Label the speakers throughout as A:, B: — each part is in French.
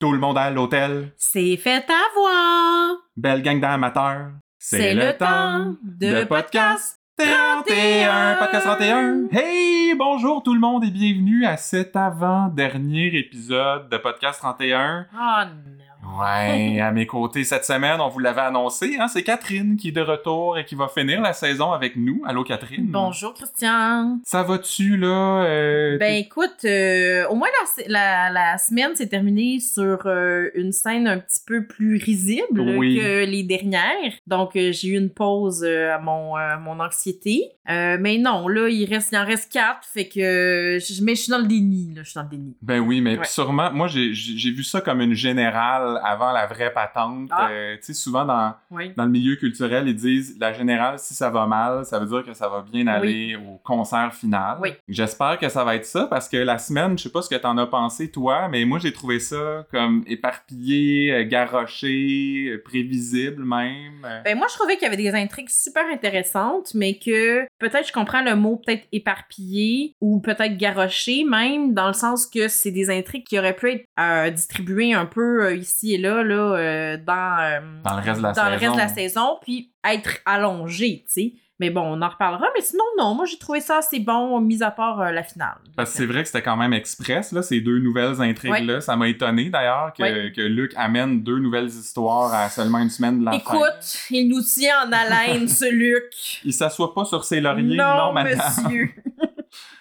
A: Tout le monde à l'hôtel.
B: C'est fait avoir.
A: Belle gang d'amateurs.
B: C'est le temps de podcast 31.
A: Podcast 31. Hey, bonjour tout le monde et bienvenue à cet avant-dernier épisode de Podcast 31.
B: Oh non.
A: Ouais, à mes côtés cette semaine, on vous l'avait annoncé, hein, c'est Catherine qui est de retour et qui va finir la saison avec nous. Allô Catherine.
B: Bonjour Christian.
A: Ça va-tu là? Euh,
B: Ben écoute, euh, au moins la, la, la semaine s'est terminée sur euh, une scène un petit peu plus risible
A: Oui.
B: que les dernières. Donc euh, j'ai eu une pause euh, à mon, euh, mon anxiété. Euh, mais non, là, il, reste, il en reste quatre, fait que je, mais je suis dans le déni, là, je suis dans le déni.
A: Ben oui, mais
B: Ouais.
A: sûrement, moi j'ai j'ai- j'ai vu ça comme une générale avant la vraie patente.
B: Ah.
A: Euh, tu sais, souvent dans,
B: Oui.
A: dans le milieu culturel, ils disent la générale, si ça va mal, ça veut dire que ça va bien aller au concert final.
B: Oui.
A: J'espère que ça va être ça parce que la semaine, je sais pas ce que t'en as pensé toi, mais moi j'ai trouvé ça comme éparpillé, euh, garoché, euh, prévisible même. Euh,
B: Ben moi, je trouvais qu'il y avait des intrigues super intéressantes, mais que peut-être je comprends le mot peut-être éparpillé ou peut-être garoché même, dans le sens que c'est des intrigues qui auraient pu être euh, distribuées un peu euh, ici et là, là euh, dans, euh,
A: Dans le reste de la
B: dans le reste de la
A: saison.
B: saison, puis être allongé, tu sais. Mais bon, on en reparlera. Mais sinon, non, moi j'ai trouvé ça assez bon, mis à part euh, la finale.
A: Parce que c'est vrai que c'était quand même express, là, ces deux nouvelles intrigues-là. Ça m'a étonné d'ailleurs que,
B: Ouais.
A: que Luc amène deux nouvelles histoires à seulement une semaine de la fin.
B: Écoute, il nous tient en haleine, ce Luc.
A: Il s'assoit pas sur ses lauriers,
B: non,
A: non, madame.
B: monsieur.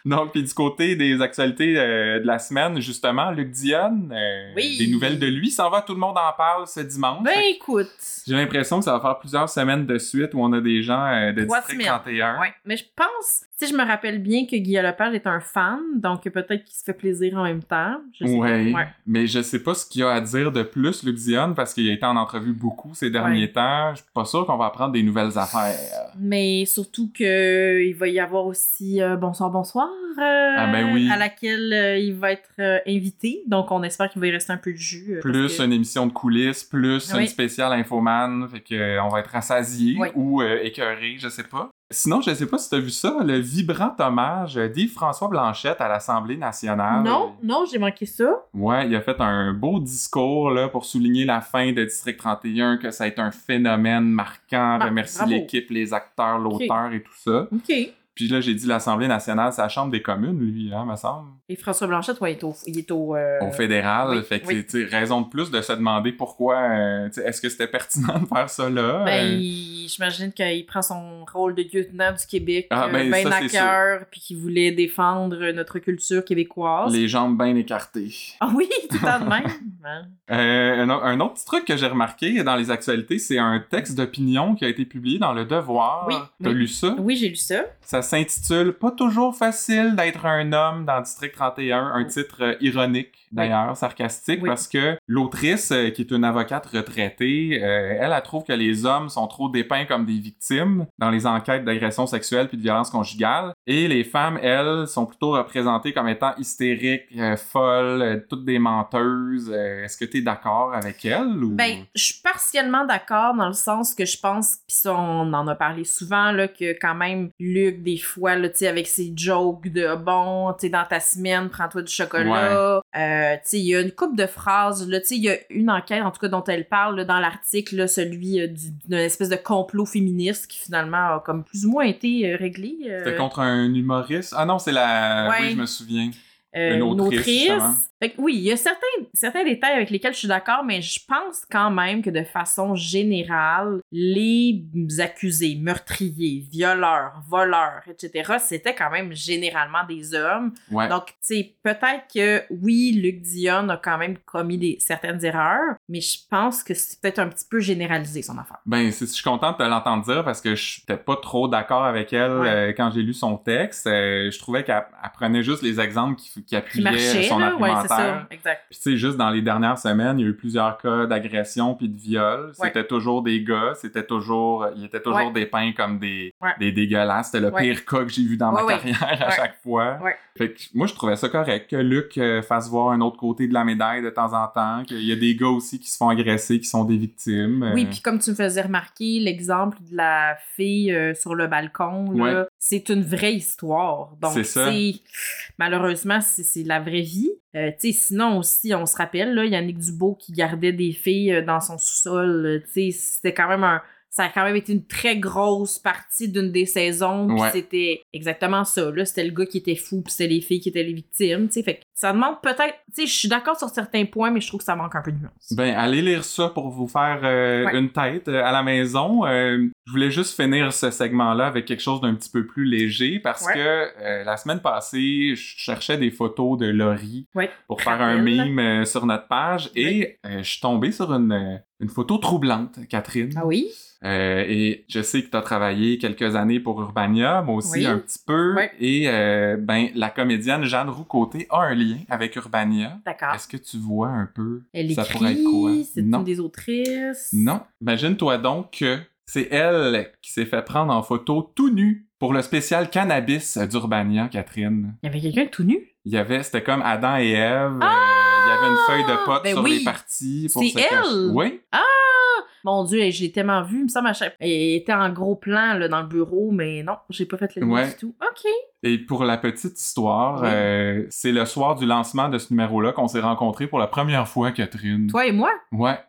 A: Donc, puis du côté des actualités euh, de la semaine, justement, Luc Dionne, euh,
B: Oui.
A: des nouvelles de lui, s'en va, tout le monde en parle ce dimanche.
B: Ben
A: Fait que
B: écoute.
A: J'ai l'impression que ça va faire plusieurs semaines de suite où on a des gens euh, de
B: Trois
A: District
B: semaines.
A: 31.
B: Ouais, mais je pense, si je me rappelle bien que Guillaume Lepage est un fan, donc peut-être qu'il se fait plaisir en même temps. Je sais
A: Ouais.
B: pas. Ouais.
A: mais je sais pas ce qu'il y a à dire de plus, Luc Dionne, parce qu'il a été en entrevue beaucoup ces derniers
B: Ouais.
A: temps. Je suis pas sûr qu'on va apprendre des nouvelles affaires.
B: Mais surtout que euh, il va y avoir aussi euh, Bonsoir Bonsoir euh,
A: ben oui.
B: à laquelle euh, il va être euh, invité, donc on espère qu'il va y rester un peu de jus. euh,
A: Plus
B: parce que-
A: une émission de coulisses, plus
B: Oui.
A: une spéciale Infoman, fait que euh, on va être rassasié
B: Oui.
A: ou euh, écœuré, je sais pas. Sinon, je sais pas si t'as vu ça, le vibrant hommage d'Yves François Blanchette à l'Assemblée nationale.
B: Non, non, j'ai manqué ça.
A: Ouais, il a fait un beau discours là pour souligner la fin de District 31, que ça a été un phénomène marquant,
B: Ah,
A: remercie
B: bravo.
A: l'équipe, les acteurs, l'auteur et tout ça.
B: OK. Et
A: Puis là, j'ai dit l'Assemblée nationale, c'est la Chambre des communes, lui, hein, me semble.
B: François Blanchette, ouais, il est au. Il est au, euh,
A: au fédéral.
B: oui,
A: fait que
B: oui.
A: c'est tu sais, raison de plus de se demander pourquoi euh, tu sais, est-ce que c'était pertinent de faire ça là.
B: Ben,
A: euh,
B: il- j'imagine qu'il prend son rôle de lieutenant du Québec
A: Ah,
B: euh,
A: ben,
B: ben
A: ça,
B: à
A: c'est
B: cœur, puis qu'il voulait défendre notre culture québécoise.
A: Les jambes bien écartées.
B: Ah oui, tout le temps de même. hein.
A: Euh, un, o- un autre petit truc que j'ai remarqué dans les actualités, c'est un texte d'opinion qui a été publié dans Le Devoir.
B: Oui,
A: T'as
B: oui.
A: lu ça?
B: Oui, j'ai lu ça.
A: Ça s'intitule Pas toujours facile d'être un homme dans District 31, un
B: Oui.
A: titre euh, ironique d'ailleurs, sarcastique,
B: Oui.
A: parce que l'autrice, euh, qui est une avocate retraitée, euh, elle, elle trouve que les hommes sont trop dépeints comme des victimes dans les enquêtes d'agressions sexuelles puis de violences conjugales, et les femmes, elles, sont plutôt représentées comme étant hystériques, euh, folles, euh, toutes des menteuses. Euh, Est-ce que tu es d'accord avec elle? Ou...
B: Ben, je suis partiellement d'accord dans le sens que je pense, puis ça, on en a parlé souvent, là, que quand même, Luc, des fois, là, tu sais, avec ses jokes de « bon, tu sais, dans ta semaine, prends-toi du chocolat Euh, tu sais, il y a une couple de phrases, là, tu sais, il y a une enquête, en tout cas, dont elle parle, là, dans l'article, là, celui euh, du- d'une espèce de complot féministe qui, finalement, a comme plus ou moins été euh, réglé. euh,
A: C'était contre un humoriste? Ah non, c'est la...
B: Ouais.
A: Oui, je me souviens.
B: euh,
A: Une
B: une
A: autrice,
B: autrice.
A: justement.
B: Fait que oui, il y a certains, certains détails avec lesquels je suis d'accord, mais je pense quand même que de façon générale, les accusés, meurtriers, violeurs, voleurs, etc., c'était quand même généralement des hommes.
A: Ouais.
B: Donc, tu sais, peut-être que oui, Luc Dion a quand même commis des, certaines erreurs, mais je pense que c'est peut-être un petit peu généralisé son affaire.
A: Ben, c'est- je suis content de te l'entendre dire parce que je n'étais pas trop d'accord avec elle
B: Ouais.
A: euh, quand j'ai lu son texte. Euh, je trouvais qu'elle elle prenait juste les exemples qui, qui
B: Qui
A: appuyaient euh,
B: marchait,
A: son
B: là, ouais, c'est
A: argumentaire.
B: ça, exact.
A: puis tu sais, juste dans les dernières semaines, il y a eu plusieurs cas d'agression puis de viol. C'était toujours des gars, c'était toujours, ils étaient toujours
B: Ouais.
A: dépeints comme des,
B: Ouais.
A: des dégueulasses. C'était le
B: Ouais.
A: pire cas que j'ai vu dans ma
B: Ouais, ouais.
A: carrière à
B: Ouais.
A: chaque fois.
B: Ouais.
A: Fait que moi, je trouvais ça correct que Luc euh, fasse voir un autre côté de la médaille de temps en temps, qu'il y a des gars aussi qui se font agresser, qui sont des victimes.
B: Oui,
A: Euh,
B: puis comme tu me faisais remarquer, l'exemple de la fille euh, sur le balcon, là, c'est une vraie histoire. Donc,
A: C'est ça.
B: c'est- malheureusement, c'est c'est la vraie vie. Euh, tu sais, sinon aussi, on se rappelle, là, Yannick Dubo qui gardait des filles euh, dans son sous-sol. euh, tu sais, C'était quand même un. Ça a quand même été une très grosse partie d'une des saisons. puis
A: Ouais.
B: C'était exactement ça. Là, c'était le gars qui était fou, puis c'était les filles qui étaient les victimes. tu sais. Fait que ça demande peut-être. Tu sais, je suis d'accord sur certains points, mais je trouve que ça manque un peu de nuance.
A: Ben, allez lire ça pour vous faire euh,
B: Ouais.
A: une tête euh, à la maison. Euh, je voulais juste finir ce segment-là avec quelque chose d'un petit peu plus léger parce
B: Ouais.
A: que euh, la semaine passée, je cherchais des photos de Laurie
B: Ouais.
A: pour faire un
B: Rappel.
A: mime euh, sur notre page et euh, je suis tombé sur une, euh, une photo troublante, Catherine.
B: Ah oui?
A: Euh, et je sais que tu as travaillé quelques années pour Urbania, moi aussi
B: Oui.
A: un petit peu.
B: Ouais.
A: Et euh, ben, la comédienne Jeanne Roucoté a un lien avec Urbania.
B: D'accord.
A: Est-ce que tu vois un peu
B: Ah. Elle
A: ça pourrait être quoi?
B: écrit, c'est
A: Non.
B: une des autrices.
A: Non. Imagine-toi donc que c'est elle qui s'est fait prendre en photo tout nu pour le spécial cannabis d'Urbania, Catherine.
B: Il y avait quelqu'un tout nu?
A: Il y avait, c'était comme Adam et Ève. euh, il y avait une feuille de pote
B: Ben
A: sur
B: oui.
A: les parties pour
B: C'est
A: se cacher.
B: elle?
A: Oui.
B: Mon Dieu, hey, je l'ai tellement vu, il me semble, à chaque- elle était en gros plan là, dans le bureau, mais non, j'ai pas fait le lien
A: Ouais.
B: du tout. OK.
A: Et pour la petite histoire,
B: Oui.
A: euh, c'est le soir du lancement de ce numéro-là qu'on s'est rencontrés pour la première fois, Catherine.
B: Toi et moi? Ah,
A: Ouais.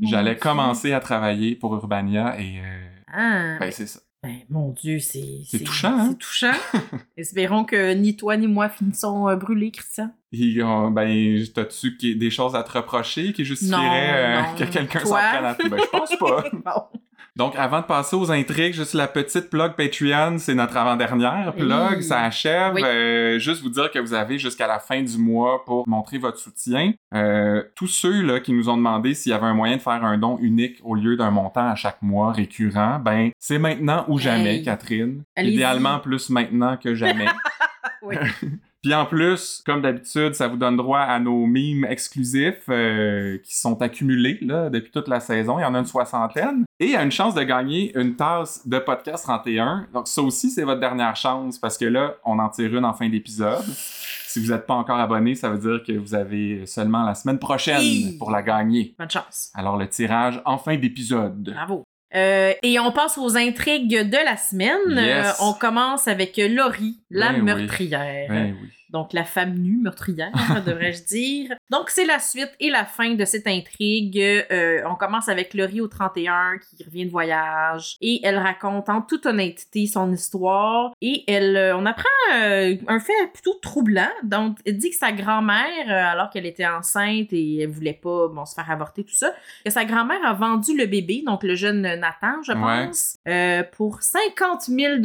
B: Mon
A: J'allais
B: Dieu.
A: commencer à travailler pour Urbania et euh,
B: Ah,
A: ben c'est ça.
B: ben, mon Dieu, c'est...
A: C'est touchant, hein?
B: C'est touchant. Espérons que ni toi ni moi finissons euh, brûlés, Christian.
A: Et, euh, ben, t'as-tu qui- des choses à te reprocher qui justifieraient euh,
B: Non, non.
A: que quelqu'un s'en
B: Toi?
A: prenne à toi? Ben, je pense pas.
B: Bon.
A: Donc, avant de passer aux intrigues, juste la petite plug Patreon, c'est notre avant-dernière plug,
B: Oui.
A: ça achève.
B: Oui.
A: Euh, juste vous dire que vous avez jusqu'à la fin du mois pour montrer votre soutien. Euh, tous ceux là, qui nous ont demandé s'il y avait un moyen de faire un don unique au lieu d'un montant à chaque mois récurrent, ben, c'est maintenant ou jamais,
B: Hey.
A: Catherine.
B: Allez-y.
A: Idéalement, plus maintenant que jamais.
B: Oui.
A: Puis en plus, comme d'habitude, ça vous donne droit à nos mimes exclusifs euh, qui sont accumulés là, depuis toute la saison. Il y en a une soixantaine. Et à une chance de gagner une tasse de podcast 31. Donc ça aussi, c'est votre dernière chance parce que là, on en tire une en fin d'épisode. Si vous n'êtes pas encore abonné, ça veut dire que vous avez seulement la semaine prochaine
B: Hi.
A: pour la gagner.
B: Bonne chance.
A: Alors le tirage en fin d'épisode.
B: Bravo. Euh, et on passe aux intrigues de la semaine.
A: Yes.
B: Euh, on commence avec Laurie, la
A: Ben oui.
B: meurtrière.
A: Ben oui.
B: Donc, la femme nue meurtrière, devrais-je dire. Donc, c'est la suite et la fin de cette intrigue. Euh, on commence avec Laurie au 31 qui revient de voyage et elle raconte en toute honnêteté son histoire et elle, euh, on apprend euh, un fait plutôt troublant. Donc, elle dit que sa grand-mère, euh, alors qu'elle était enceinte et elle voulait pas bon, se faire avorter, tout ça, que sa grand-mère a vendu le bébé, donc le jeune Nathan, je
A: Ouais.
B: pense, euh, pour 50 000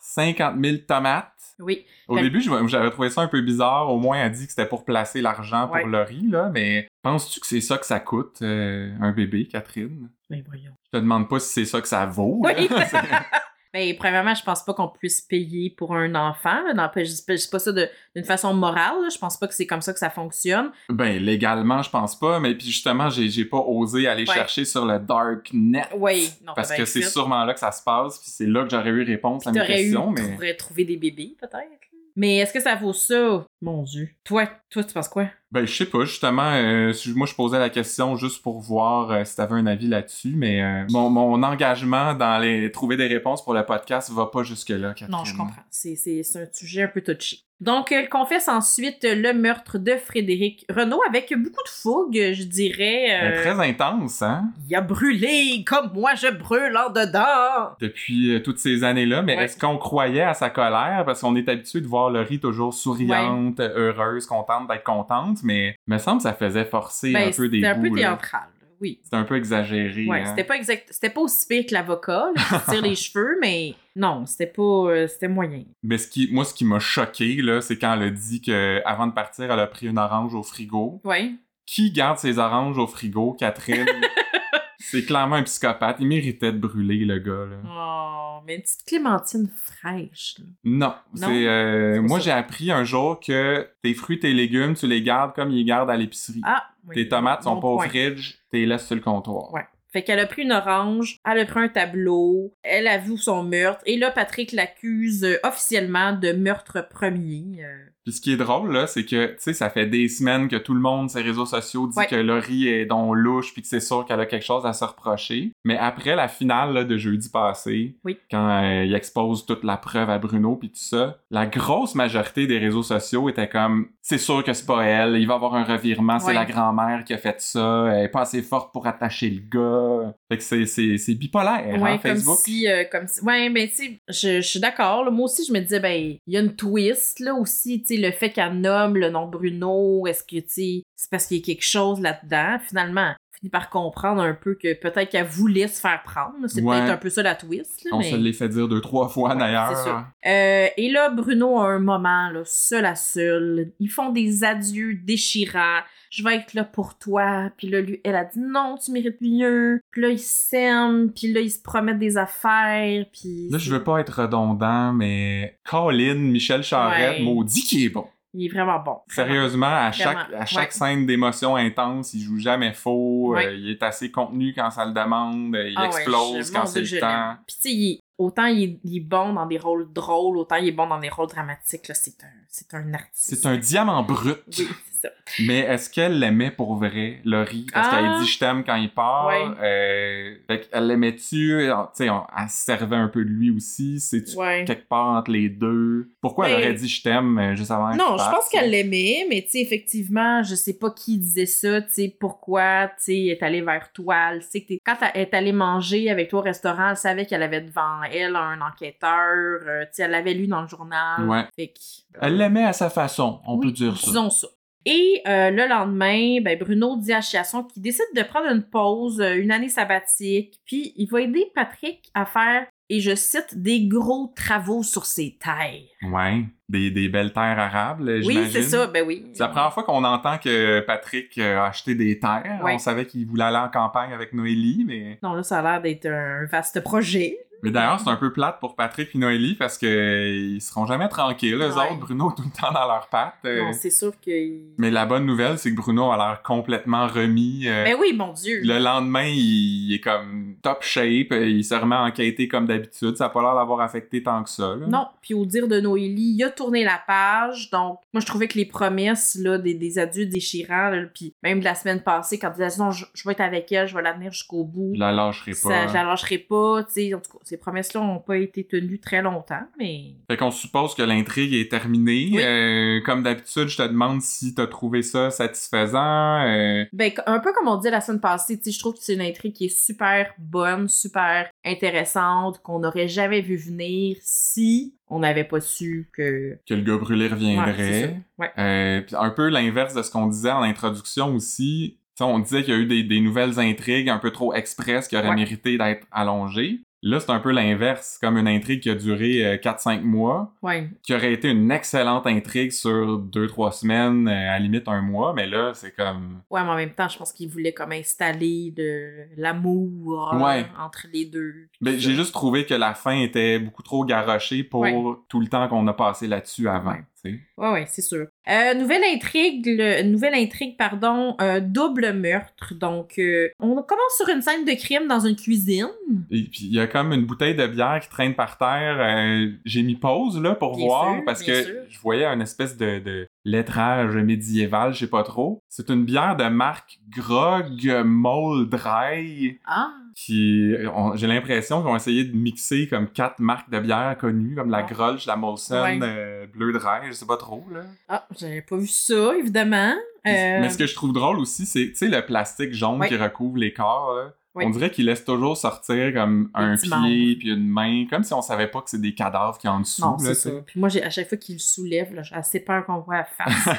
A: 50 000 tomates.
B: Oui.
A: Au
B: Fait-
A: début, je- j'avais trouvé ça un peu bizarre. Au moins, elle dit que c'était pour placer l'argent pour
B: Ouais.
A: Laurie, là. Mais penses-tu que c'est ça que ça coûte, euh, un bébé, Catherine?
B: Mais voyons.
A: Je te demande pas si c'est ça que ça vaut. là.
B: Oui.
A: C'est-
B: Ben, premièrement, je pense pas qu'on puisse payer pour un enfant. là, dans- je dis pas- je dis pas ça de- d'une façon morale. là, Je pense pas que c'est comme ça que ça fonctionne.
A: ben, légalement, je pense pas. Mais puis justement, j'ai j'ai pas osé aller
B: Ouais. Oh, ben,
A: chercher sur le dark net.
B: Oui, non,
A: Parce
B: t'as
A: que
B: bien
A: c'est
B: fait.
A: sûrement là que ça se passe. Puis c'est là que j'aurais eu réponse à mes
B: T'aurais eu,
A: questions. Mais
B: t'aurais trouvé des bébés, peut-être. Mais est-ce que ça vaut ça? Mon Dieu. Toi, toi, tu penses quoi?
A: ben, je sais pas. Justement, euh, si- moi, je posais la question juste pour voir euh, si t'avais un avis là-dessus. Mais euh, mon, mon engagement dans les trouver des réponses pour le podcast va pas jusque-là, Catherine.
B: Non, je comprends. C'est- C'est c'est un sujet un peu touchy. Donc, elle confesse ensuite euh, le meurtre de Frédéric Renault avec beaucoup de fougue, je dirais.
A: Elle est
B: euh,
A: Très intense, hein?
B: Il a brûlé comme moi je brûle en dedans.
A: Depuis euh, toutes ces années-là, mais
B: Ouais.
A: est-ce qu'on croyait à sa colère? Parce qu'on est habitué de voir Laurie toujours souriante, heureuse, contente d'être contente, mais me semble que ça faisait forcer
B: Ben,
A: un peu des
B: C'était un peu
A: bouts, là.
B: théâtral, oui.
A: C'était un peu exagéré.
B: Ouais,
A: hein.
B: c'était pas exact, c'était pas aussi pire que l'avocat là, qui se tire les cheveux, mais non, c'était pas, euh, c'était moyen.
A: Mais ce qui, moi, ce qui m'a choqué, là, c'est quand elle a dit que avant de partir, elle a pris une orange au frigo.
B: Ouais.
A: Qui garde ses oranges au frigo, Catherine? c'est clairement un psychopathe. Il méritait de brûler, le gars, là.
B: Oh, mais une petite clémentine fraîche. là.
A: Non,
B: Non?
A: c'est euh,
B: C'est pas
A: moi
B: ça.
A: j'ai appris un jour que tes fruits, tes légumes, tu les gardes comme ils les gardent à l'épicerie.
B: Ah, oui.
A: tes tomates sont
B: bon
A: pas au
B: point.
A: fridge, tu les laisses sur le comptoir.
B: Ouais. Fait qu'elle a pris une orange, elle a pris un tableau, elle avoue son meurtre, et là, Patrick l'accuse euh, officiellement de meurtre premier. euh.
A: Puis ce qui est drôle, là, c'est que, tu sais, ça fait des semaines que tout le monde, ses réseaux sociaux, dit
B: Ouais.
A: que Laurie est donc louche, puis que c'est sûr qu'elle a quelque chose à se reprocher. Mais après la finale là, de jeudi passé,
B: Oui.
A: quand euh, il expose toute la preuve à Bruno, puis tout ça, la grosse majorité des réseaux sociaux était comme, c'est sûr que c'est pas elle, il va avoir un revirement, c'est
B: Ouais.
A: la grand-mère qui a fait ça, elle est pas assez forte pour attacher le gars. Fait que c'est, c'est, c'est bipolaire, hein,
B: Ouais, comme
A: Facebook.
B: si, euh, comme si- Ouais, mais tu sais, je, je suis d'accord. là. Moi aussi, je me disais, ben, il y a une twist, là, aussi, tu sais, le fait qu'elle nomme le nom Bruno, est-ce que, tu sais, c'est parce qu'il y a quelque chose là-dedans, finalement. on finit par comprendre un peu que peut-être qu'elle voulait se faire prendre. là. C'est
A: Ouais.
B: peut-être un peu ça la twist, là,
A: On
B: mais-
A: se l'est fait dire deux, trois fois,
B: Ouais,
A: d'ailleurs.
B: c'est sûr. Euh, et là, Bruno a un moment, là, seul à seul. Ils font des adieux déchirants. Je vais être là pour toi. Puis là, lui, elle a dit non, tu mérites mieux. Puis là, ils s'aiment. Puis là, ils se promettent des affaires. Puis.
A: Là, je veux pas être redondant, mais Colin, Michel Charette,
B: Ouais.
A: maudit qui est bon.
B: Il est vraiment bon.
A: Sérieusement, à
B: Vraiment.
A: chaque, à chaque
B: Ouais.
A: scène d'émotion intense, il joue jamais faux, euh,
B: Ouais.
A: il est assez contenu quand ça le demande, euh, il
B: Ah ouais,
A: explose
B: je- mon
A: quand
B: Dieu,
A: c'est
B: je
A: le
B: l'aime.
A: temps.
B: Puis tu sais, il- autant il est, il est bon dans des rôles drôles, autant il est bon dans des rôles dramatiques. Là, c'est un, c'est un artiste.
A: C'est un diamant brut.
B: Oui, c'est ça.
A: Mais est-ce qu'elle l'aimait pour vrai, Laurie? Parce
B: Ah.
A: qu'elle dit je t'aime quand il part.
B: Ouais.
A: Euh, fait qu'elle l'aimait-tu? Alors, Tu sais, on- elle se servait un peu de lui aussi. C'est-tu
B: Ouais.
A: quelque part entre les deux? Pourquoi elle
B: Mais-
A: aurait dit je t'aime euh, juste avant
B: Non,
A: qu'il
B: je
A: parte,
B: pense
A: tu sais?
B: qu'elle l'aimait, mais tu sais, effectivement, je sais pas qui disait ça, tu sais, pourquoi, tu sais, elle est allée vers toi, elle sait que t'es- quand elle est allée manger avec toi au restaurant, elle savait qu'elle avait devant elle un enquêteur, euh, tu sais, elle l'avait lu dans le journal.
A: Ouais.
B: Fait que- euh,
A: Elle l'aimait à sa façon, on
B: Oui,
A: peut dire ça.
B: Disons ça. Et euh, le lendemain, ben, Bruno dit à Chiasson qu'il décide de prendre une pause, euh, une année sabbatique, puis il va aider Patrick à faire, et je cite, des gros travaux sur ses terres.
A: Ouais, des, des belles terres arables, j'imagine.
B: Oui, c'est ça, ben oui.
A: C'est la première fois qu'on entend que Patrick euh, a acheté des terres.
B: Ouais.
A: On savait qu'il voulait aller en campagne avec Noélie, mais,
B: Non, là, ça a l'air d'être un vaste projet.
A: mais d'ailleurs, c'est un peu plate pour Patrick et Noélie parce que euh, ils seront jamais tranquilles, eux
B: Ouais.
A: autres. Bruno est tout le temps dans leurs pattes. euh.
B: Non, c'est sûr que.
A: Mais la bonne nouvelle, c'est que Bruno a l'air complètement remis. euh,
B: Ben oui, mon Dieu.
A: Le lendemain, il, il est comme top shape, euh, il se remet à enquêter comme d'habitude. Ça n'a pas l'air d'avoir affecté tant que ça. là.
B: Non, puis au dire de Noélie, il a tourné la page. Donc, moi, je trouvais que les promesses là, des, des adieux déchirants, là, puis même de la semaine passée, quand il disait non, je, je vais être avec elle, je vais la tenir jusqu'au bout.
A: Je la lâcherai pas.
B: Ça, je la lâcherai pas, tu sais. En tout cas, ces promesses-là n'ont pas été tenues très longtemps, mais.
A: Fait qu'on suppose que l'intrigue est terminée.
B: Oui.
A: Euh, comme d'habitude, je te demande si t'as trouvé ça satisfaisant. euh,
B: Ben, un peu comme on dit la semaine passée, tu sais, je trouve que c'est une intrigue qui est super bonne, super intéressante, qu'on n'aurait jamais vu venir si on n'avait pas su que.
A: que le gars brûlé
B: Ouais, c'est ça.
A: reviendrait.
B: Ouais.
A: Euh, puis un peu l'inverse de ce qu'on disait en introduction aussi. Tu sais, on disait qu'il y a eu des, des nouvelles intrigues un peu trop express qui auraient
B: Ouais.
A: mérité d'être allongées. Là, c'est un peu l'inverse, comme une intrigue qui a duré euh, 4-5 mois,
B: Ouais.
A: qui aurait été une excellente intrigue sur 2-3 semaines, euh, à la limite un mois, mais là, c'est comme...
B: Ouais, mais en même temps, je pense qu'il voulait comme installer de l'amour hein,
A: Ouais.
B: entre les deux.
A: Ben, j'ai juste trouvé que la fin était beaucoup trop garochée pour
B: Ouais.
A: tout le temps qu'on a passé là-dessus avant. tu sais.
B: Ouais, ouais, c'est sûr. Euh, nouvelle intrigue, le- nouvelle intrigue, pardon, euh, double meurtre. Donc, euh, on commence sur une scène de crime dans une cuisine.
A: Et puis il y a comme une bouteille de bière qui traîne par terre. euh, j'ai mis pause là pour
B: Bien
A: voir
B: sûr,
A: parce
B: bien
A: que
B: sûr.
A: je voyais un espèce de, de lettrage médiéval, je sais pas trop. C'est une bière de marque Grog Mole Dry
B: Ah,
A: qui on- j'ai l'impression qu'ils ont essayé de mixer comme quatre marques de bière connues comme la
B: Ouais.
A: Grolsch, la Molson,
B: Ouais.
A: euh, Bleu Dry, je sais pas trop là.
B: ah j'avais pas vu ça, évidemment.
A: Puis-
B: Euh,
A: Mais ce que je trouve drôle aussi, c'est tu sais, le plastique jaune
B: Ouais.
A: qui recouvre les corps. là.
B: Ouais.
A: On dirait qu'il laisse toujours sortir comme un
B: petits
A: pied
B: membres.
A: puis une main, comme si on savait pas que c'est des cadavres qui en dessous.
B: Non,
A: là,
B: c'est
A: tu sais.
B: ça. Puis moi, j'ai- à chaque fois qu'il le soulève, là, j'ai assez peur qu'on voit la face.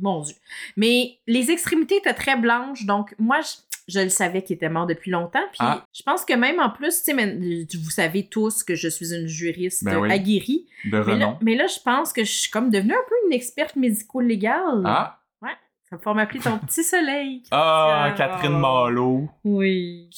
B: Mon Dieu. Mais les extrémités étaient très blanches, donc moi, je, je le savais qu'il était mort depuis longtemps. Puis
A: Ah.
B: je pense que même en plus, tu sais, mais- vous savez tous que je suis une juriste
A: Ben oui.
B: aguerrie.
A: De
B: Mais
A: renom.
B: là, mais là, je pense que je suis comme devenue un peu une experte médico-légale.
A: Ah!
B: Ça me fait m'appeler ton petit soleil.
A: Ah,
B: Ah.
A: Catherine Malo.
B: Oui.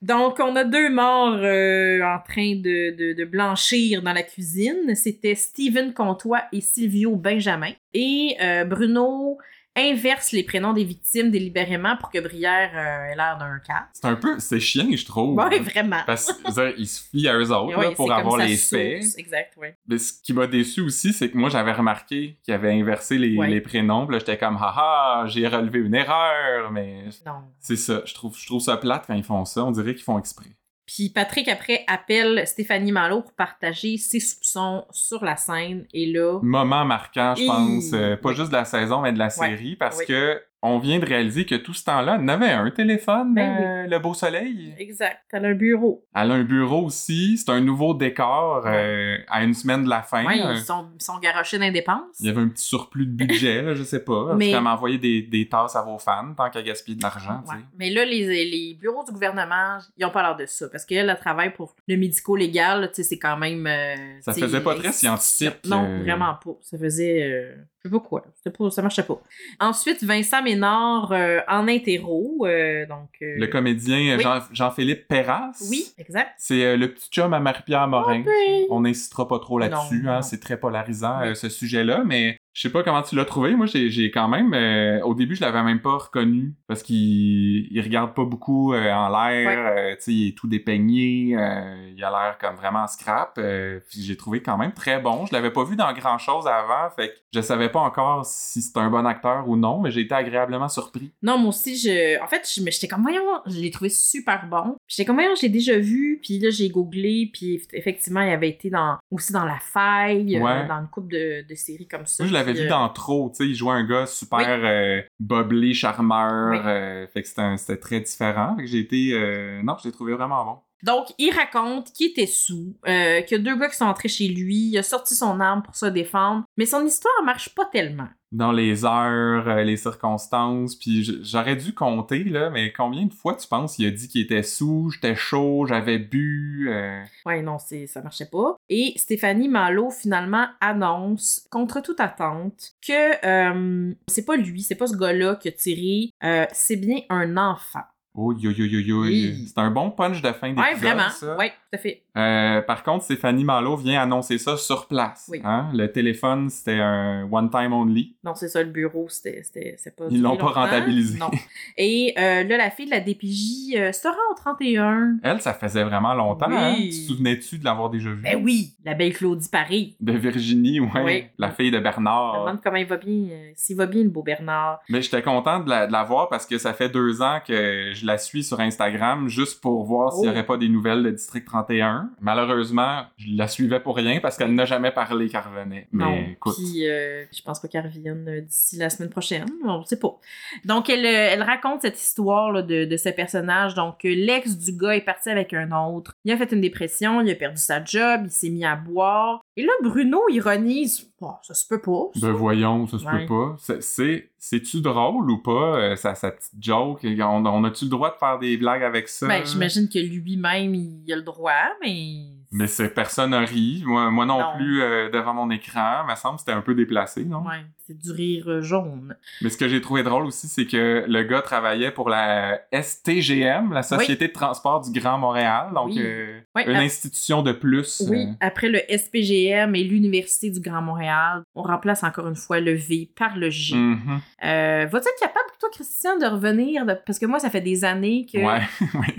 B: Donc, on a deux morts euh, en train de, de- de blanchir dans la cuisine. C'était Steven Comtois et Silvio Benjamin. Et euh, Bruno inverse les prénoms des victimes délibérément pour que Brière euh, ait l'air d'un cas.
A: C'est un peu, c'est chiant, je trouve.
B: Ouais, vraiment.
A: Parce qu'ils se fient à eux autres
B: Ouais,
A: là, pour
B: c'est comme
A: avoir
B: sa
A: les
B: source.
A: faits.
B: Exact, oui.
A: Mais ce qui m'a déçu aussi, c'est que moi, j'avais remarqué qu'il avait inversé les,
B: Ouais.
A: les prénoms. Puis là, j'étais comme, haha, j'ai relevé une erreur. Mais
B: Non.
A: c'est ça. Je trouve, je trouve ça plate quand ils font ça. On dirait qu'ils font exprès.
B: Puis Patrick, après, appelle Stéphanie Malo pour partager ses soupçons sur la scène. Et là,
A: Moment marquant, je
B: Hi.
A: pense. euh, pas
B: Oui.
A: juste de la saison, mais de la série. Parce
B: Oui.
A: que on vient de réaliser que tout ce temps-là, elle n'avait un téléphone,
B: Ben
A: euh, le beau soleil.
B: exact, elle a un bureau.
A: Elle a un bureau aussi. C'est un nouveau décor euh, à une semaine de la fin.
B: Ouais,
A: Euh,
B: ils sont, ils sont garochés dans les dépenses.
A: Il y avait un petit surplus de budget, là, je sais pas.
B: Mais-
A: Mais... Comme envoyer des, des tasses à vos fans tant qu'à gaspiller de l'argent, tu
B: Ouais.
A: sais.
B: Mais là, les, les bureaux du gouvernement, ils ont pas l'air de ça. Parce qu'elle, elle travaille pour le médico-légal, tu sais, c'est quand même. euh,
A: Ça
B: tu
A: faisait
B: sais,
A: pas très scientifique.
B: Non,
A: euh,
B: vraiment pas. Ça faisait. euh, je sais pas quoi. C'était pas- ça marchait pas. Ensuite, Vincent Ménard euh, en interro. euh, donc. euh,
A: Le comédien
B: Oui.
A: Jean- Jean-Philippe Perras.
B: Oui, Ah, exact.
A: C'est euh, le petit chum à Marie-Pierre Morin.
B: Oui.
A: On n'insistera pas trop là-dessus,
B: Non,
A: hein,
B: non.
A: c'est très polarisant
B: Oui.
A: euh, ce sujet-là, mais je sais pas comment tu l'as trouvé. Moi, j'ai j'ai quand même, euh, au début, je l'avais même pas reconnu parce qu'il il regarde pas beaucoup euh, en l'air, euh, tu sais, il est tout dépeigné, euh, il a l'air comme vraiment scrap. euh, puis j'ai trouvé quand même très bon. Je l'avais pas vu dans grand-chose avant, fait que je savais pas encore si c'était un bon acteur ou non, mais j'ai été agréablement surpris.
B: Non, moi aussi, je... en fait, je- mais j'étais comme, voyons, je l'ai trouvé super bon. Puis J'étais comme, voyons, je l'ai déjà vu, puis là, j'ai googlé, puis eff- effectivement, il avait été dans... aussi dans La Faille, euh,
A: Ouais.
B: dans une couple de, de séries comme ça.
A: Moi, je l'avais
B: puis,
A: vu
B: euh,
A: dans Trop, tu sais, il jouait un gars super
B: Oui.
A: euh, boblé, charmeur,
B: Oui.
A: euh, fait que c'était un- c'était très différent. Fait que j'ai été, euh, non, je l'ai trouvé vraiment bon.
B: Donc, il raconte qu'il était sous, euh, qu'il y a deux gars qui sont entrés chez lui, il a sorti son arme pour se défendre, mais son histoire marche pas tellement.
A: dans les heures, euh, les circonstances. Puis j- j'aurais dû compter, là, mais combien de fois tu penses il a dit qu'il était sous, j'étais chaud, j'avais bu. euh,
B: Ouais, non, c'est, ça marchait pas. Et Stéphanie Malo, finalement, annonce, contre toute attente, que euh, c'est pas lui, c'est pas ce gars-là qui a tiré, euh, c'est bien un enfant.
A: Oh, yo, yo, yo, yo.
B: Oui.
A: C'est un bon punch de fin d'épisode,
B: Ouais, vraiment.
A: ça.
B: Ouais, tout à fait.
A: Euh, par contre, Stéphanie Malo vient annoncer ça sur place.
B: Oui.
A: hein. Le téléphone, c'était un one-time only.
B: Non, c'est ça, le bureau, c'était, c'était, c'est pas.
A: Ils l'ont
B: duré
A: pas
B: longtemps.
A: rentabilisé.
B: Non. Et euh, là, la fille de la DPJ euh, se rend au 31.
A: Elle, ça faisait vraiment longtemps.
B: Oui.
A: hein. Tu te souvenais-tu de l'avoir déjà vue?
B: Ben oui, la belle Claudie Paris.
A: De Virginie, ouais.
B: Oui.
A: La fille de
B: Je me
A: Bernard.
B: demande comment il va bien, euh, s'il va bien, le beau Bernard.
A: Mais j'étais content de la, de la voir parce que ça fait deux ans que je la suis sur Instagram juste pour voir s'il n'y
B: Oh.
A: aurait pas des nouvelles de District 31. Malheureusement, je la suivais pour rien parce qu'elle n'a jamais parlé qu'elle revenait. Mais
B: non,
A: écoute.
B: puis euh, je pense pas qu'elle revienne euh, d'ici la semaine prochaine, on sait pas. Donc elle, euh, elle raconte cette histoire là, de, de ce personnage, donc euh, l'ex du gars est parti avec un autre, il a fait une dépression, il a perdu sa job, il s'est mis à boire, et là Bruno ironise, Oh, ça se peut pas, ça.
A: Ben voyons, ça se
B: Ouais.
A: peut pas. C'est- C'est, c'est-tu drôle ou pas, euh, sa, sa petite joke? On, on a-tu le droit de faire des blagues avec ça?
B: Ben, j'imagine que lui-même il a le droit, mais...
A: Mais c'est, personne n'a ri. Moi, moi non,
B: Non.
A: plus, euh, devant mon écran, me semble que c'était un peu déplacé, non?
B: Ouais, c'est du rire euh, jaune.
A: Mais ce que j'ai trouvé drôle aussi, c'est que le gars travaillait pour la STGM, la Société de transport du Grand Montréal, donc
B: Oui.
A: euh,
B: Ouais,
A: une
B: à-
A: institution de plus.
B: Oui,
A: euh,
B: après le SPGM et l'Université du Grand Montréal, on remplace encore une fois le V par le G.
A: mhm.
B: Euh, Vas-tu être capable, toi, Christian, de revenir? de- Parce que moi, ça fait des années que
A: Ouais.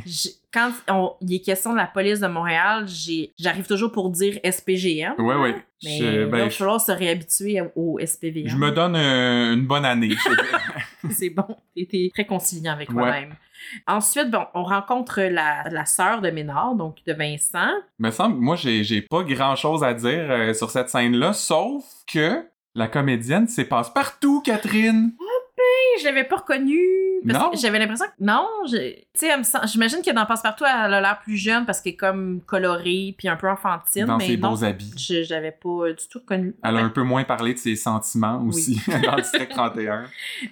B: j'ai- quand on- il est question de la police de Montréal, j'ai- j'arrive toujours pour dire SPGM.
A: Ouais, ouais.
B: Mais
A: Je,
B: là,
A: ben,
B: il va
A: je-
B: falloir se réhabituer à- au SPVM.
A: je me donne euh, une bonne année. Je-
B: C'est bon, t'es très conciliant avec
A: Ouais.
B: toi-même. Ensuite, bon, on rencontre la, la sœur de Ménard, donc de Vincent.
A: me semble, moi, j'ai j'ai pas grand-chose à dire euh, sur cette scène-là, sauf que la comédienne s'est passe partout, Catherine.
B: Hey, je l'avais pas reconnue. Parce
A: Non.
B: que j'avais l'impression que. Non, je- tu sais, elle me sent- j'imagine que dans Passepartout, elle a l'air plus jeune parce qu'elle est comme colorée puis un peu enfantine.
A: dans
B: mais
A: ses
B: non,
A: beaux habits.
B: Je j'avais pas euh, du tout reconnu.
A: Elle a un peu moins parlé de ses sentiments aussi dans le district 31.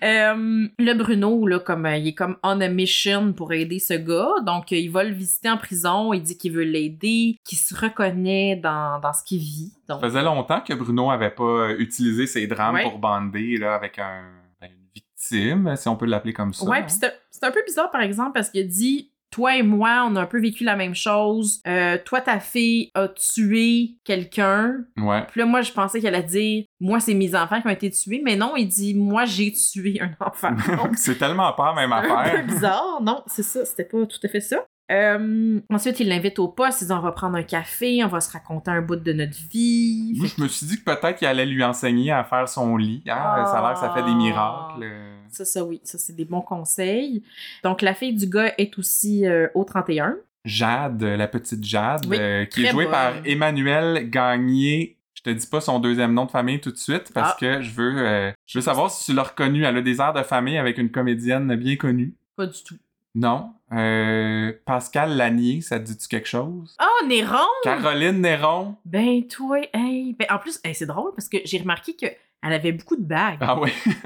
B: Euh, le Bruno, là, comme euh, il est comme on a mission pour aider ce gars, donc euh, il va le visiter en prison, il dit qu'il veut l'aider, qu'il se reconnaît dans, dans ce qu'il vit. Donc,
A: Ça faisait longtemps que Bruno avait pas euh, utilisé ses drames
B: Ouais.
A: pour bander là, avec un, ben, une victime, si on peut l'appeler comme ça.
B: ouais,
A: hein.
B: puis c'est un- c'est un peu bizarre par exemple parce qu'il a dit toi et moi, on a un peu vécu la même chose. Euh, toi, ta fille a tué quelqu'un.
A: Ouais.
B: Puis là, moi, je pensais qu'elle allait dire, moi, c'est mes enfants qui ont été tués. Mais non, il dit, moi, j'ai tué un enfant. Donc,
A: c'est tellement pas la même
B: un
A: affaire.
B: peu bizarre. Non, c'est ça, c'était pas tout à fait ça. Euh, ensuite, il l'invite au poste, il dit on va prendre un café, on va se raconter un bout de notre vie.
A: Moi, je me suis dit que peut-être qu'il allait lui enseigner à faire son lit. hein. Ça a l'air que ça fait des
B: Ah.
A: miracles.
B: Ça, ça oui, ça c'est des bons conseils. Donc la fille du gars est aussi euh, au 31.
A: Jade, euh, la petite Jade,
B: Oui,
A: euh, qui est
B: très
A: jouée
B: bonne.
A: par Emmanuel Gagné. Je te dis pas son deuxième nom de famille tout de suite parce
B: Ah.
A: que je veux, euh, je veux savoir si tu l'as reconnue. Elle a des airs de famille avec une comédienne bien connue.
B: Pas du tout.
A: Non. Euh, Pascal Lanier, ça te dit-tu quelque chose?
B: Oh, Néron!
A: Caroline Néron.
B: Ben toi, hey! Ben, en plus, hey, c'est drôle parce que j'ai remarqué que elle avait beaucoup de bagues.
A: Ah oui.
B: Puis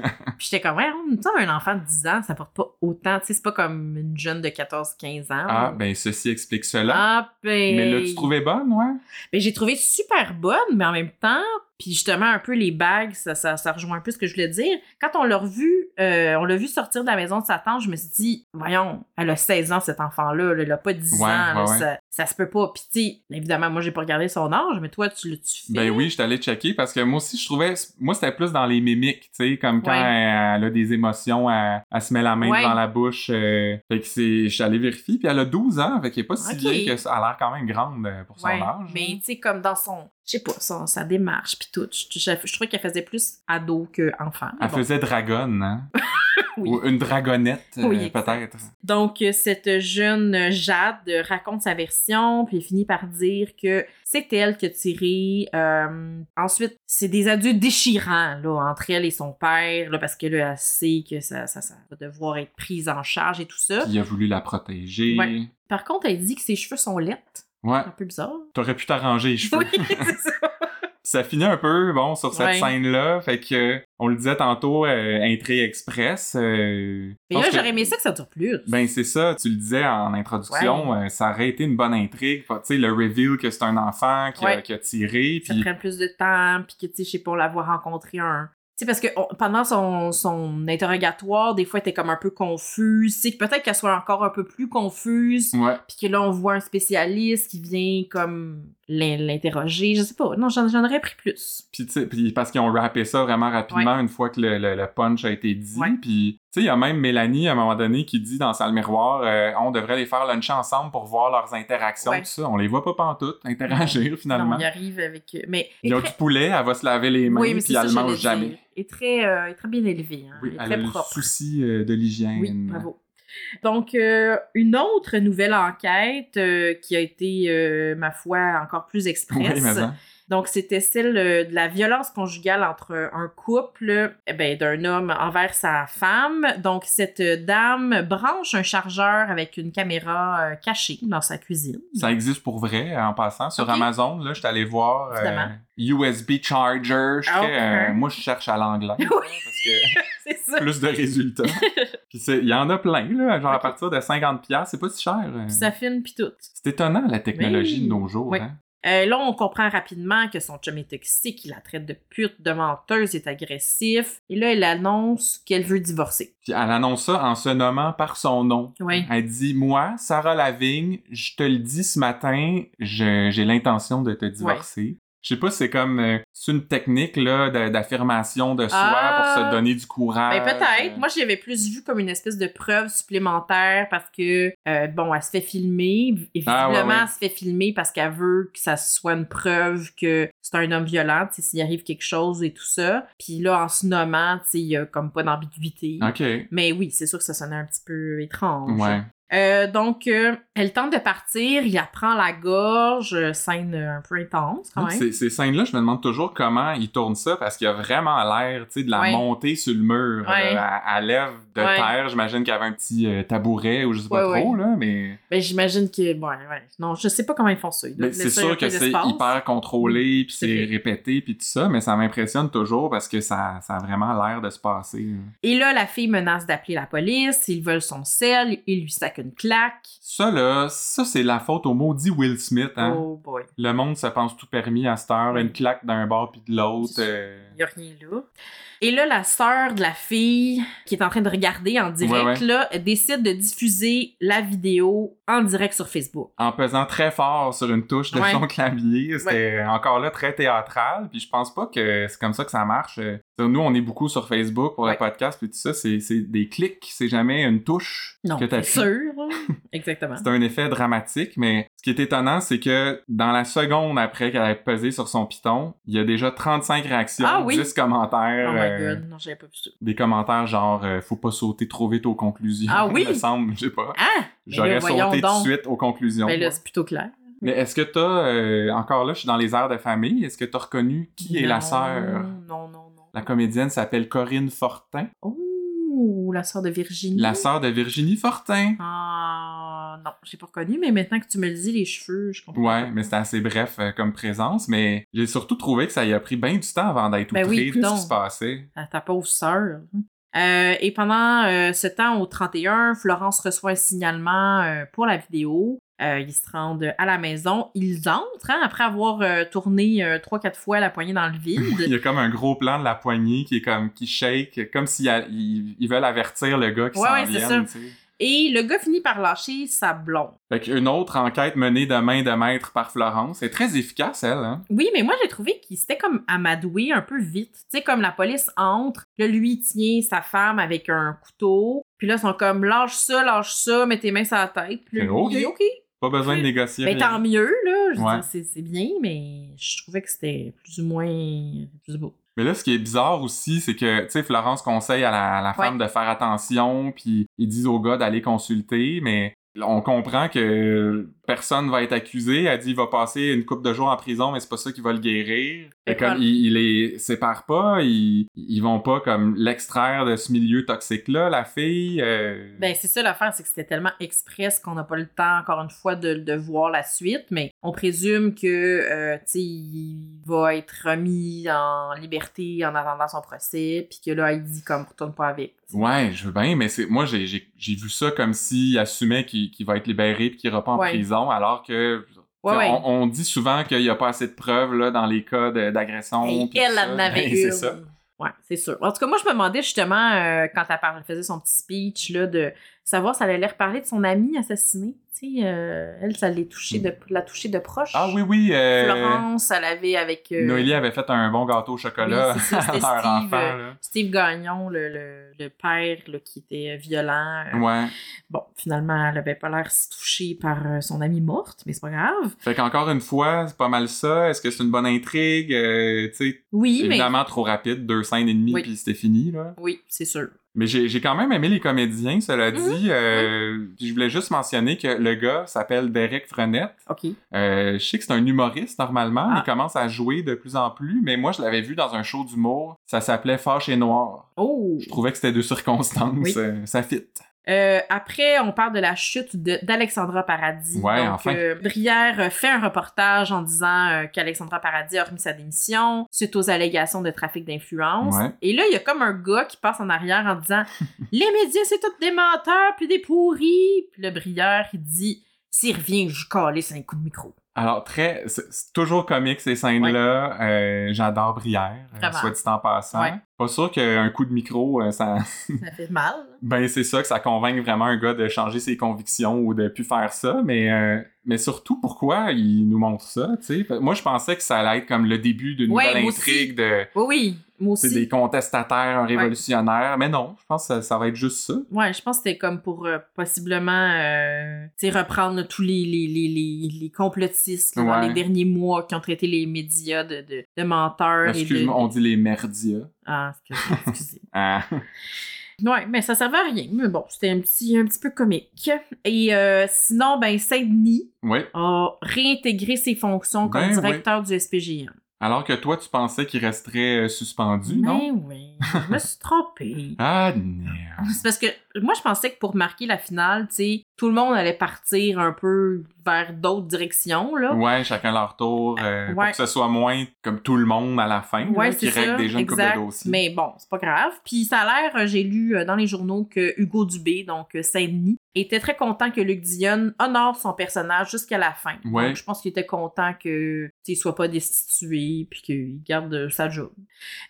B: j'étais comme, ouais, tu sais, un enfant de 10 ans, ça porte pas autant. Tu sais, c'est pas comme une jeune de 14-15 ans.
A: Ah, ben ceci explique cela.
B: Ah, ben.
A: Mais là, tu trouvais bonne, ouais?
B: Ben, j'ai trouvé super bonne, mais en même temps, puis justement, un peu les bagues, ça, ça, ça rejoint un peu ce que je voulais dire. Quand on l'a revu, euh, on l'a vu sortir de la maison de sa tante, je me suis dit, voyons, elle a 16 ans, cet enfant-là, là, elle a pas 10
A: Ouais,
B: ans, là,
A: ouais, ouais.
B: Ça, ça se peut pas. Puis, tu sais, évidemment, moi, j'ai pas regardé son âge, mais toi, tu l'as-tu fait?
A: Ben oui, je t'allais checker parce que moi aussi, je trouvais. Moi, c'était plus dans les mimiques, tu sais, comme quand
B: Ouais.
A: elle, elle a des émotions, elle, elle se met la main
B: Ouais.
A: devant la bouche. euh, fait que c'est. Je suis allé vérifier, puis elle a 12 ans, fait qu'elle est pas si
B: Ok.
A: vieille que ça. Elle a l'air quand même grande euh, pour son
B: Ouais,
A: âge.
B: Mais, tu sais, comme dans son, je sais pas, son, sa démarche, puis tout, je, je, je trouvais qu'elle faisait plus ado qu'enfant. mais
A: Elle
B: bon.
A: faisait dragonne, hein?
B: Oui.
A: Ou une dragonnette, euh,
B: Oui, exact.
A: peut-être.
B: Donc, euh, cette jeune Jade euh, raconte sa version, puis elle finit par dire que c'est elle qui a tiré. euh, ensuite, c'est des adieux déchirants là, entre elle et son père, là, parce que là, elle sait que ça, ça, ça va devoir être prise en charge et tout ça.
A: Puis il a voulu la protéger.
B: Ouais. Par contre, elle dit que ses cheveux sont lettres.
A: Ouais.
B: Un peu bizarre.
A: T'aurais pu t'arranger les cheveux.
B: Oui, c'est ça.
A: ça finit un peu bon sur cette
B: Ouais.
A: scène-là. Fait que euh, on le disait tantôt, euh, intrigue express. euh,
B: Mais là,
A: pense que-
B: j'aurais aimé ça que ça dure plus.
A: Ben c'est ça, tu le disais en introduction, euh, ça aurait été une bonne intrigue, Fait, tu sais le reveal que c'est un enfant qui, a,
B: Ouais.
A: qui a tiré
B: ça
A: puis
B: prenne plus de temps, puis que, tu sais, je sais pas, on la voit rencontrer un... Tu sais, parce que on- pendant son, son interrogatoire, des fois, elle était comme un peu confuse. C'est que peut-être qu'elle soit encore un peu plus confuse,
A: ouais,
B: puis que là, on voit un spécialiste qui vient comme l'in- l'interroger. Je sais pas. Non, j'en j'en aurais pris plus.
A: puis tu sais, puis parce qu'ils ont rappé ça vraiment rapidement une fois que le, le- le punch a été dit,
B: Ouais.
A: puis tu sais il y a même Mélanie à un moment donné qui dit dans salle miroir euh, on devrait les faire luncher ensemble pour voir leurs interactions
B: Ouais.
A: tout ça, on les voit pas pantoute interagir finalement.
B: Non, il arrive avec... euh, Mais...
A: Ils ont
B: est
A: du
B: très-
A: poulet, elle va se laver les mains
B: oui, mais
A: puis
B: c'est ça,
A: elle le
B: j'allais
A: mange
B: dire.
A: jamais.
B: Il est très, euh, il est très bien élevé, hein.
A: Oui,
B: il est
A: elle a
B: très
A: le
B: propre.
A: souci euh, de l'hygiène.
B: Oui, bravo. Donc, euh, une autre nouvelle enquête euh, qui a été, euh, ma foi, encore plus
A: Oui,
B: express.
A: mais hein.
B: Donc, c'était celle euh, de la violence conjugale entre un couple, eh ben, d'un homme envers sa femme. Donc, cette euh, dame branche un chargeur avec une caméra euh, cachée dans sa cuisine.
A: Ça existe pour vrai, euh, en passant. Sur
B: Ok.
A: Amazon, là, je suis allé voir euh,
B: Évidemment. Ah,
A: USB Charger. Je suis très, euh,
B: Ok.
A: moi, je cherche à l'anglais.
B: Oui.
A: Parce que
B: C'est ça.
A: plus de résultats. Puis c'est- il y en a plein, là, genre à partir de 50$, c'est pas si cher. euh.
B: Puis ça filme, puis tout.
A: C'est étonnant la technologie
B: Oui.
A: de nos jours.
B: Oui.
A: hein.
B: Euh, là, on comprend rapidement que son chum est toxique, il la traite de pute, de menteuse, est agressif. Et là, elle annonce qu'elle veut divorcer.
A: Puis elle annonce ça en se nommant par son nom.
B: Oui.
A: Elle dit Moi, Sarah Lavigne, je te le dis ce matin, je- j'ai l'intention de te divorcer. Je sais pas, c'est comme euh, c'est une technique là de- d'affirmation de soi
B: Ah.
A: pour se donner du courage.
B: Ben peut-être. Moi, je l'avais plus vu comme une espèce de preuve supplémentaire parce que, euh, bon, elle se fait filmer. Et visiblement,
A: Ah, ouais, ouais.
B: elle se fait filmer parce qu'elle veut que ça soit une preuve que c'est un homme violent, tu sais, s'il arrive quelque chose et tout ça. Puis là, en se nommant, tu sais, il y a comme pas d'ambiguïté.
A: Ok.
B: Mais oui, c'est sûr que ça sonnait un petit peu étrange.
A: Ouais.
B: Euh, donc, euh, elle tente de partir, il la prend la gorge, euh, scène euh, un peu intense quand même.
A: Ces, ces scènes-là, je me demande toujours comment ils tournent ça parce qu'il y a vraiment l'air, tu sais, de la
B: Ouais.
A: montée sur le mur,
B: Ouais.
A: là, à, à lèvres de
B: Ouais.
A: terre. J'imagine qu'il y avait un petit euh, tabouret ou je sais pas
B: Ouais,
A: trop là, mais,
B: Ben, j'imagine que, ouais, ouais. Non, je sais pas comment ils font ça. Ils
A: mais
B: doivent
A: c'est
B: laisser un
A: sûr
B: peu
A: que c'est
B: d'espace. Mm.
A: hyper contrôlé puis
B: C'est
A: c'est
B: fait.
A: répété puis tout ça, mais ça m'impressionne toujours parce que ça, ça a vraiment l'air de se passer. là.
B: Et là, la fille menace d'appeler la police, ils veulent son sel, ils lui sac une claque.
A: Ça là, ça c'est la faute au maudit Will Smith. Hein?
B: Oh boy.
A: Le monde se pense tout permis à cette heure, une claque d'un bord puis de l'autre.
B: C'est sûr.
A: euh,
B: y a rien là. Et là, la sœur de la fille qui est en train de regarder en direct,
A: Ouais, ouais.
B: là, elle décide de diffuser la vidéo en direct sur Facebook.
A: en pesant très fort sur une touche de
B: Ouais.
A: son clavier. C'était encore là très théâtral. Puis je pense pas que c'est comme ça que ça marche. Euh, Nous, on est beaucoup sur Facebook pour le
B: Ouais.
A: podcast, puis tout ça, c'est c'est des clics, c'est jamais une touche
B: Non,
A: que
B: c'est
A: t'appuies.
B: sûr. Exactement.
A: C'est un effet dramatique, mais ce qui est étonnant, c'est que dans la seconde après qu'elle ait pesé sur son piton, il y a déjà 35 réactions,
B: Ah oui!
A: 10 commentaires,
B: Oh my
A: euh,
B: god, non, j'avais pas vu ça.
A: des commentaires genre euh, faut pas sauter trop vite aux conclusions.
B: Ah oui!
A: il me semble, je sais pas.
B: Ah! Mais là,
A: J'aurais
B: voyons
A: sauté tout
B: donc.
A: de suite aux conclusions.
B: Ben là,
A: moi.
B: c'est plutôt clair.
A: Mais est-ce que t'as, euh, encore là, je suis dans les airs de famille, est-ce que t'as reconnu qui est la
B: Non,
A: sœur?
B: Non, non, non.
A: La comédienne s'appelle Corinne Fortin,
B: Oh, la sœur de Virginie.
A: la sœur de Virginie Fortin.
B: Ah, non, j'ai pas reconnu, mais maintenant que tu me le dis, les cheveux, je comprends.
A: Ouais, mais c'était assez bref euh, comme présence, mais j'ai surtout trouvé que ça y a pris bien du temps avant d'être
B: Ben
A: outré
B: oui,
A: de ce
B: coudonc.
A: qui se passait.
B: à Euh, ta pauvre sœur. Euh, et pendant euh, ce temps, au 31, Florence reçoit un signalement euh, pour la vidéo. Euh, ils se rendent à la maison. Ils entrent, hein, après avoir euh, tourné euh, trois, quatre fois la poignée dans le
A: Il
B: vide.
A: y a comme un gros plan de la poignée qui est comme qui shake, comme s'ils ils veulent avertir le gars qui
B: Ouais,
A: s'en
B: ouais, c'est
A: vient.
B: ça.
A: tu sais.
B: et le gars finit par lâcher sa blonde.
A: Fait qu'une autre enquête menée de main de maître par Florence. C'est très efficace, elle, hein?
B: Oui, mais moi, j'ai trouvé qu'il s'était comme amadoué un peu vite. Tu sais, comme la police entre, là, lui, il tient sa femme avec un couteau. Puis là, ils sont comme, lâche ça, lâche ça, mets tes mains sur la tête. Puis là,
A: Ok.
B: il dit, OK,
A: Pas besoin de
B: Oui.
A: négocier.
B: Ben,
A: rien.
B: tant mieux, là. Je veux
A: Ouais.
B: dire, c'est- c'est bien, mais je trouvais que c'était plus ou moins. Je sais pas.
A: Mais là, ce qui est bizarre aussi, c'est que, tu sais, Florence conseille à la, à la femme de faire attention, puis ils disent au gars d'aller consulter, mais là, on comprend que personne va être accusé. Elle dit, il va passer une couple de jours en prison, mais c'est pas ça qui va le guérir.
B: Et
A: Et comme,
B: voilà.
A: ils, ils les séparent pas, ils, ils vont pas, comme, l'extraire de ce milieu toxique-là, la fille. euh,
B: Ben, c'est ça l'affaire, c'est que c'était tellement express qu'on n'a pas le temps, encore une fois, de, de voir la suite, mais on présume que, euh, tu sais, il va être remis en liberté en attendant son procès, puis que là, il dit comme, retourne pas avec.
A: Ouais, je veux bien, mais c'est moi j'ai, j'ai, j'ai vu ça comme s'il assumait qu'il, qu'il va être libéré puis qu'il repart en
B: Ouais.
A: prison, alors que
B: Ouais,
A: T'sais,
B: ouais.
A: On, on dit souvent qu'il n'y a pas assez de preuves là, dans les cas de- d'agression.
B: Et
A: pis
B: elle
A: tout ça.
B: en avait
A: Ben,
B: une.
A: C'est ça.
B: Ouais, c'est sûr. En tout cas, moi, je me demandais justement, euh, quand elle parlait- faisait son petit speech, là, de savoir si elle allait reparler de son amie assassinée. Tu sais, euh, elle, ça l'est touché de, l'a touchée de proche.
A: Hmm. Ah oui, oui. euh,
B: Florence, elle avait avec euh,
A: Noélie avait fait un bon gâteau au chocolat
B: Oui, c'est ça,
A: à
B: c'était
A: leur
B: Steve,
A: enfant.
B: euh, Steve Gagnon, le, le- le père là, qui était euh, violent.
A: là. Ouais.
B: Bon, finalement, elle avait pas l'air si touchée par euh, son amie morte, mais c'est pas grave.
A: Fait qu'encore une fois, c'est pas mal ça. Est-ce que c'est une bonne intrigue? Euh, tu sais,
B: Oui,
A: évidemment, trop rapide, deux scènes et demie,
B: Oui.
A: puis c'était fini. Là.
B: mais. Oui, c'est sûr.
A: Mais j'ai j'ai quand même aimé les comédiens, cela
B: Mhm.
A: dit. Euh, puis Je voulais juste mentionner que le gars s'appelle Derek Frenette.
B: OK.
A: Euh, je sais que c'est un humoriste normalement. Il
B: Ah.
A: commence à jouer de plus en plus, mais moi je l'avais vu dans un show d'humour. Ça s'appelait Fâche et Noir.
B: Oh!
A: Je trouvais que c'était deux circonstances.
B: Oui.
A: euh, ça fit.
B: Euh, après, on parle de la chute de- d'Alexandra Paradis.
A: Ouais,
B: Donc,
A: enfin.
B: euh, Brière euh, fait un reportage en disant euh, qu'Alexandra Paradis a remis sa démission suite aux allégations de trafic d'influence.
A: Ouais.
B: Et là, il y a comme un gars qui passe en arrière en disant Les médias, c'est tous des menteurs puis des pourris. Puis le Brière, il dit S'il revient, je calais cinq coups de micro.
A: Alors, très. C'est c'est toujours comique ces scènes-là. Euh, J'adore Brière, euh,
B: Vraiment.
A: soit dit en passant.
B: Ouais.
A: Pas sûr qu'un coup de micro, euh, ça.
B: Ça fait mal.
A: Ben, c'est ça que ça convainc vraiment un gars de changer ses convictions ou de plus faire ça, mais, euh, mais surtout pourquoi il nous montre ça, tu sais. Fait- Moi, je pensais que ça allait être comme le début d'une
B: Ouais,
A: nouvelle
B: moi aussi.
A: intrigue de
B: Oui, oui, moi
A: c'est
B: aussi.
A: des contestataires, un révolutionnaire. Mais non, je pense que ça, ça va être juste ça.
B: Ouais, je pense que c'était comme pour euh, possiblement euh, tu sais, reprendre là, tous les, les, les, les, les complotistes là,
A: Ouais.
B: dans les derniers mois qui ont traité les médias de, de, de menteurs. et de-
A: Excuse-moi, on dit les merdias.
B: Ah, excusez, excusez.
A: Ah.
B: Ouais, mais ça servait à rien. Mais bon, c'était un petit, un petit peu comique. Et euh, sinon, ben, Saint-Denis
A: Oui.
B: a réintégré ses fonctions comme
A: Ben oui.
B: directeur du SPGM.
A: Alors que toi, tu pensais qu'il resterait euh, suspendu, non?
B: Ben oui. je me suis trompée.
A: Ah, merde.
B: C'est parce que moi, je pensais que pour marquer la finale, tu sais, tout le monde allait partir un peu vers d'autres directions, là.
A: Ouais, chacun leur tour, euh, pour
B: Oh. Ah, ouais.
A: que ce soit moins comme tout le monde à la fin, là, qui règle déjà une couple de
B: exact.
A: dossiers.
B: Mais bon, c'est pas grave. Puis ça a l'air, euh, j'ai lu euh, dans les journaux que Hugo Dubé, donc euh, Saint-Denis, était très content que Luc Dionne honore son personnage jusqu'à la fin.
A: Ouais.
B: Donc je pense qu'il était content que tu sais, il soit pas destitué puis qu'il garde euh, sa job.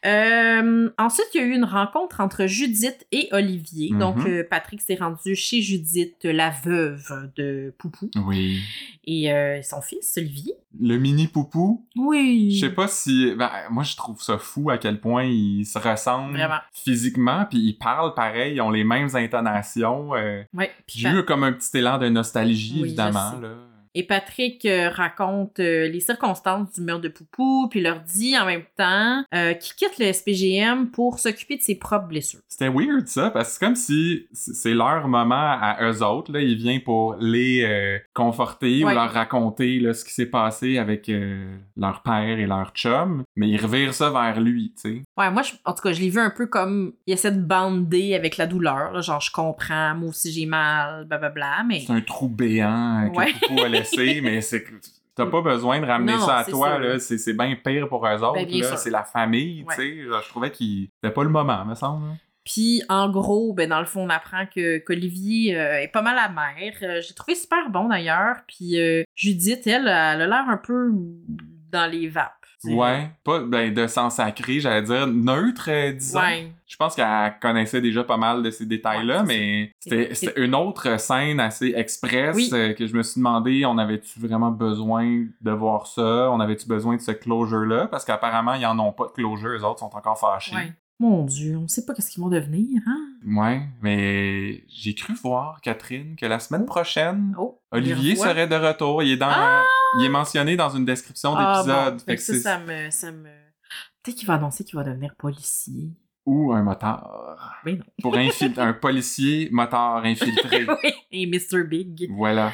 B: Euh, ensuite, il y a eu une rencontre entre Judith et Olivier.
A: Mhm.
B: Donc euh, Patrick s'est rendu chez Judith, euh, la veuve de Poupou
A: Oui.
B: et euh, son fils Olivier.
A: Le mini poupou,
B: Oui.
A: je sais pas si. ben, moi, je trouve ça fou à quel point ils se ressemblent
B: Vraiment.
A: physiquement, puis ils parlent pareil, ils ont les mêmes intonations. euh,
B: Ouais. Puis
A: J'ai eu comme un petit élan de nostalgie,
B: Oui, je
A: évidemment.
B: sais.
A: Là.
B: Et Patrick euh, raconte euh, les circonstances du meurtre de Poupou, puis leur dit en même temps euh, qu'il quitte le SPGM pour s'occuper de ses propres blessures.
A: C'était weird, ça, parce que c'est comme si c- c'est leur moment à eux autres. Là. Il vient pour les euh, conforter ou
B: Ouais.
A: leur raconter là, ce qui s'est passé avec euh, leur père et leur chum, mais ils revirent ça vers lui, tu sais.
B: Ouais, moi, je- en tout cas, je l'ai vu un peu comme il essaie de bander avec la douleur. là, genre, je comprends, moi aussi j'ai mal, blablabla, mais.
A: C'est un trou béant euh, que
B: Ouais.
A: Poupou a laissé, mais c'est que t'as pas besoin de ramener
B: Non,
A: ça à
B: c'est
A: toi,
B: sûr.
A: là. C'est, c'est bien pire pour eux autres,
B: Ben, bien
A: là.
B: sûr.
A: C'est la famille,
B: Ouais.
A: tu sais. Genre, Je trouvais qu'il... C'était pas le moment, me semble. hein.
B: Puis, en gros, ben, dans le fond, on apprend que qu'Olivier euh, est pas mal amer. Euh, je l'ai trouvé super bon d'ailleurs. Puis, euh, Judith, elle, elle a l'air un peu dans les vapes. tu sais.
A: Ouais. Pas, ben, de s'en sacrer, j'allais dire neutre, euh, disons.
B: Ouais.
A: Je pense qu'elle connaissait déjà pas mal de ces détails-là,
B: Ouais, c'est
A: mais
B: Et-
A: c'était
B: et-
A: c'était une autre scène assez express
B: Oui.
A: euh, que je me suis demandé, on avait-tu vraiment besoin de voir ça? On avait-tu besoin de ce closure-là? Parce qu'apparemment, ils en ont pas de closure, eux autres sont encore fâchés.
B: Ouais. Mon Dieu, on sait pas qu'est-ce qu'ils vont devenir, hein?
A: Ouais, mais j'ai cru voir, Catherine, que la semaine prochaine,
B: Oh,
A: Olivier
B: revois.
A: serait de retour. Il est dans...
B: Ah!
A: Il est mentionné dans une description
B: Ah,
A: d'épisode.
B: bon.
A: Fait
B: Fait
A: que
B: que ça,
A: c'est-
B: ça me, ça me... Peut-être qu'il va annoncer qu'il va devenir policier.
A: Ou un motard.
B: Ben non.
A: Pour infiltrer... un policier motard infiltré.
B: Oui, et Mr. Big.
A: voilà.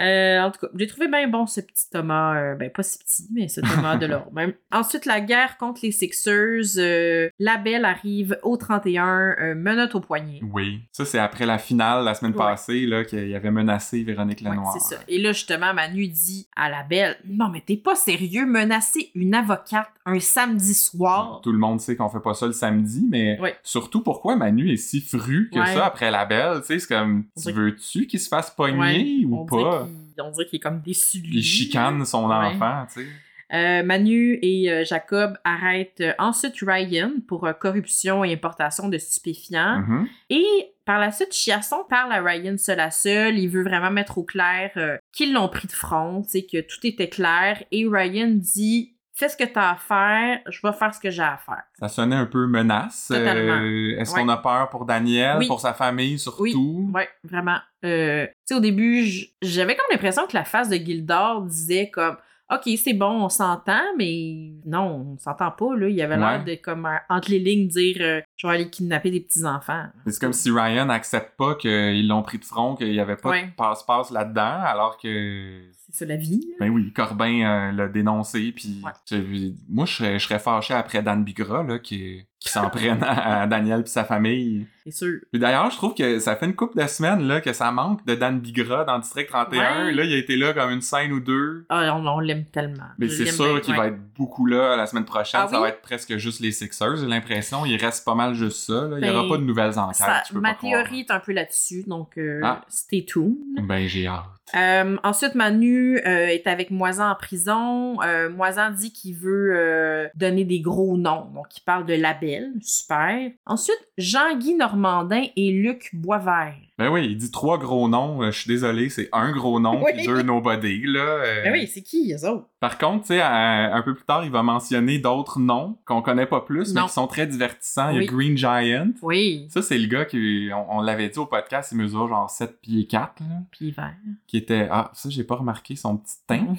B: Euh, en tout cas, j'ai trouvé bien bon ce petit Thomas, euh, ben pas si petit, mais ce Thomas de l'or. Même. Ensuite, la guerre contre les Sixers. euh, la belle arrive au 31, euh, menotte au poignet.
A: Oui. Ça, c'est après la finale la semaine
B: Ouais.
A: passée, là, qu'il avait menacé Véronique
B: Ouais,
A: Lenoir.
B: c'est ça. Et là, justement, Manu dit à la belle Non, mais t'es pas sérieux, menacer une avocate un samedi soir.
A: Tout le monde sait qu'on fait pas ça le samedi, mais
B: Ouais.
A: surtout pourquoi Manu est si fru que
B: Ouais.
A: ça après la belle, tu sais, c'est comme,
B: On
A: tu
B: dirait-
A: veux-tu qu'il se fasse pogner
B: Ouais,
A: ou
B: on
A: pas?
B: Dirait qu'il- on dirait qu'il est comme déçu. de lui.
A: Il chicane son
B: Ouais.
A: enfant, tu sais.
B: Euh, Manu et euh, Jacob arrêtent euh, ensuite Ryan pour euh, corruption et importation de stupéfiants.
A: Mhm.
B: Et par la suite, Chiasson parle à Ryan seul à seul. Il veut vraiment mettre au clair euh, qu'ils l'ont pris de front, tu sais, que tout était clair. Et Ryan dit Fais ce que t'as à faire, je vais faire ce que j'ai à faire.
A: Ça sonnait un peu menace.
B: Totalement.
A: Euh, Est-ce
B: Ouais.
A: qu'on a peur pour Daniel,
B: Oui.
A: pour sa famille surtout?
B: Oui. Ouais, vraiment. Euh, tu sais, au début, j- j'avais comme l'impression que la face de Gildor disait comme OK, c'est bon, on s'entend, mais non, on s'entend pas, là. Il avait l'air de, comme, euh, entre les lignes, dire euh, Je vais aller kidnapper des petits-enfants.
A: C'est comme si Ryan n'accepte pas qu'ils l'ont pris de front, qu'il n'y avait pas
B: Ouais.
A: de passe-passe là-dedans, alors que
B: C'est ça la vie. là.
A: Ben oui, Corbin euh, l'a dénoncé, puis
B: Ouais.
A: tu- moi je serais, je serais fâché après Dan Bigra, là, qui, qui s'en prenne à, à Daniel puis sa famille.
B: C'est sûr.
A: Puis d'ailleurs, je trouve que ça fait une couple de semaines là, que ça manque de Dan Bigra dans District 31.
B: Ouais.
A: Là, il a été là comme une scène ou deux.
B: Ah, on, on l'aime tellement.
A: Mais
B: Je
A: c'est
B: l'aime
A: sûr
B: bien,
A: qu'il
B: ouais.
A: va être beaucoup là la semaine prochaine.
B: Ah
A: ça
B: oui?
A: va être presque juste les Sixers, j'ai l'impression. Il reste pas mal juste ça. là. Il n'y
B: Ben,
A: aura pas de nouvelles enquêtes.
B: Ça-
A: je peux
B: ma
A: pas croire.
B: théorie est un peu là-dessus, donc euh,
A: Ah.
B: stay tuned.
A: Ben j'ai hâte.
B: Euh, ensuite, Manu euh, est avec Moisan en prison. Euh, Moisan dit qu'il veut euh, donner des gros noms, donc il parle de label, super. Ensuite, Jean-Guy Normandin et Luc Boisvert.
A: Ben oui, il dit trois gros noms. Euh, Je suis désolé, c'est un gros nom
B: Oui.
A: puis deux nobody. Là, euh,
B: Ben oui, c'est qui, eux autres?
A: Par contre, tu sais, à- un peu plus tard, il va mentionner d'autres noms qu'on connaît pas plus, mais
B: Non.
A: qui sont très divertissants. Il y
B: Oui.
A: a Green Giant.
B: Oui,
A: Ça, c'est le gars qui, on, on l'avait dit au podcast, il mesure genre 7 pieds 4, là,
B: puis vert.
A: qui était, ah, ça, j'ai pas remarqué son petit teint.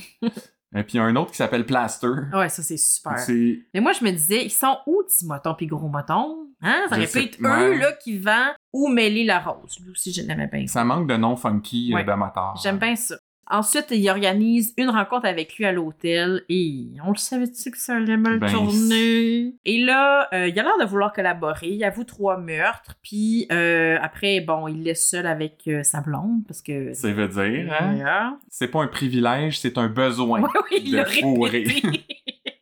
A: Et puis, il y a un autre qui s'appelle Plaster.
B: Ouais, ça c'est Oh, super.
A: C'est,
B: Mais moi, je me disais, ils sont où, petit moton puis gros moton? Hein? Ça
A: Je
B: aurait pu
A: sais-
B: être eux,
A: ouais.
B: là, qui vendent ou mêler la rose. Lui aussi, je l'aimais bien.
A: ça manque de noms funky euh,
B: Ouais.
A: d'amateurs.
B: J'aime bien ça. Ensuite, il organise une rencontre avec lui à l'hôtel et on le savait-tu que ça allait mal
A: Ben,
B: tourner? Et là, euh, il a l'air de vouloir collaborer. Il avoue trois meurtres, puis euh, après, bon, il laisse seul avec euh, sa blonde parce que.
A: Ça veut dire, hein?
B: D'ailleurs.
A: C'est pas un privilège, c'est un besoin.
B: Ouais, oui, il
A: de
B: l'a
A: fourrer.
B: répété.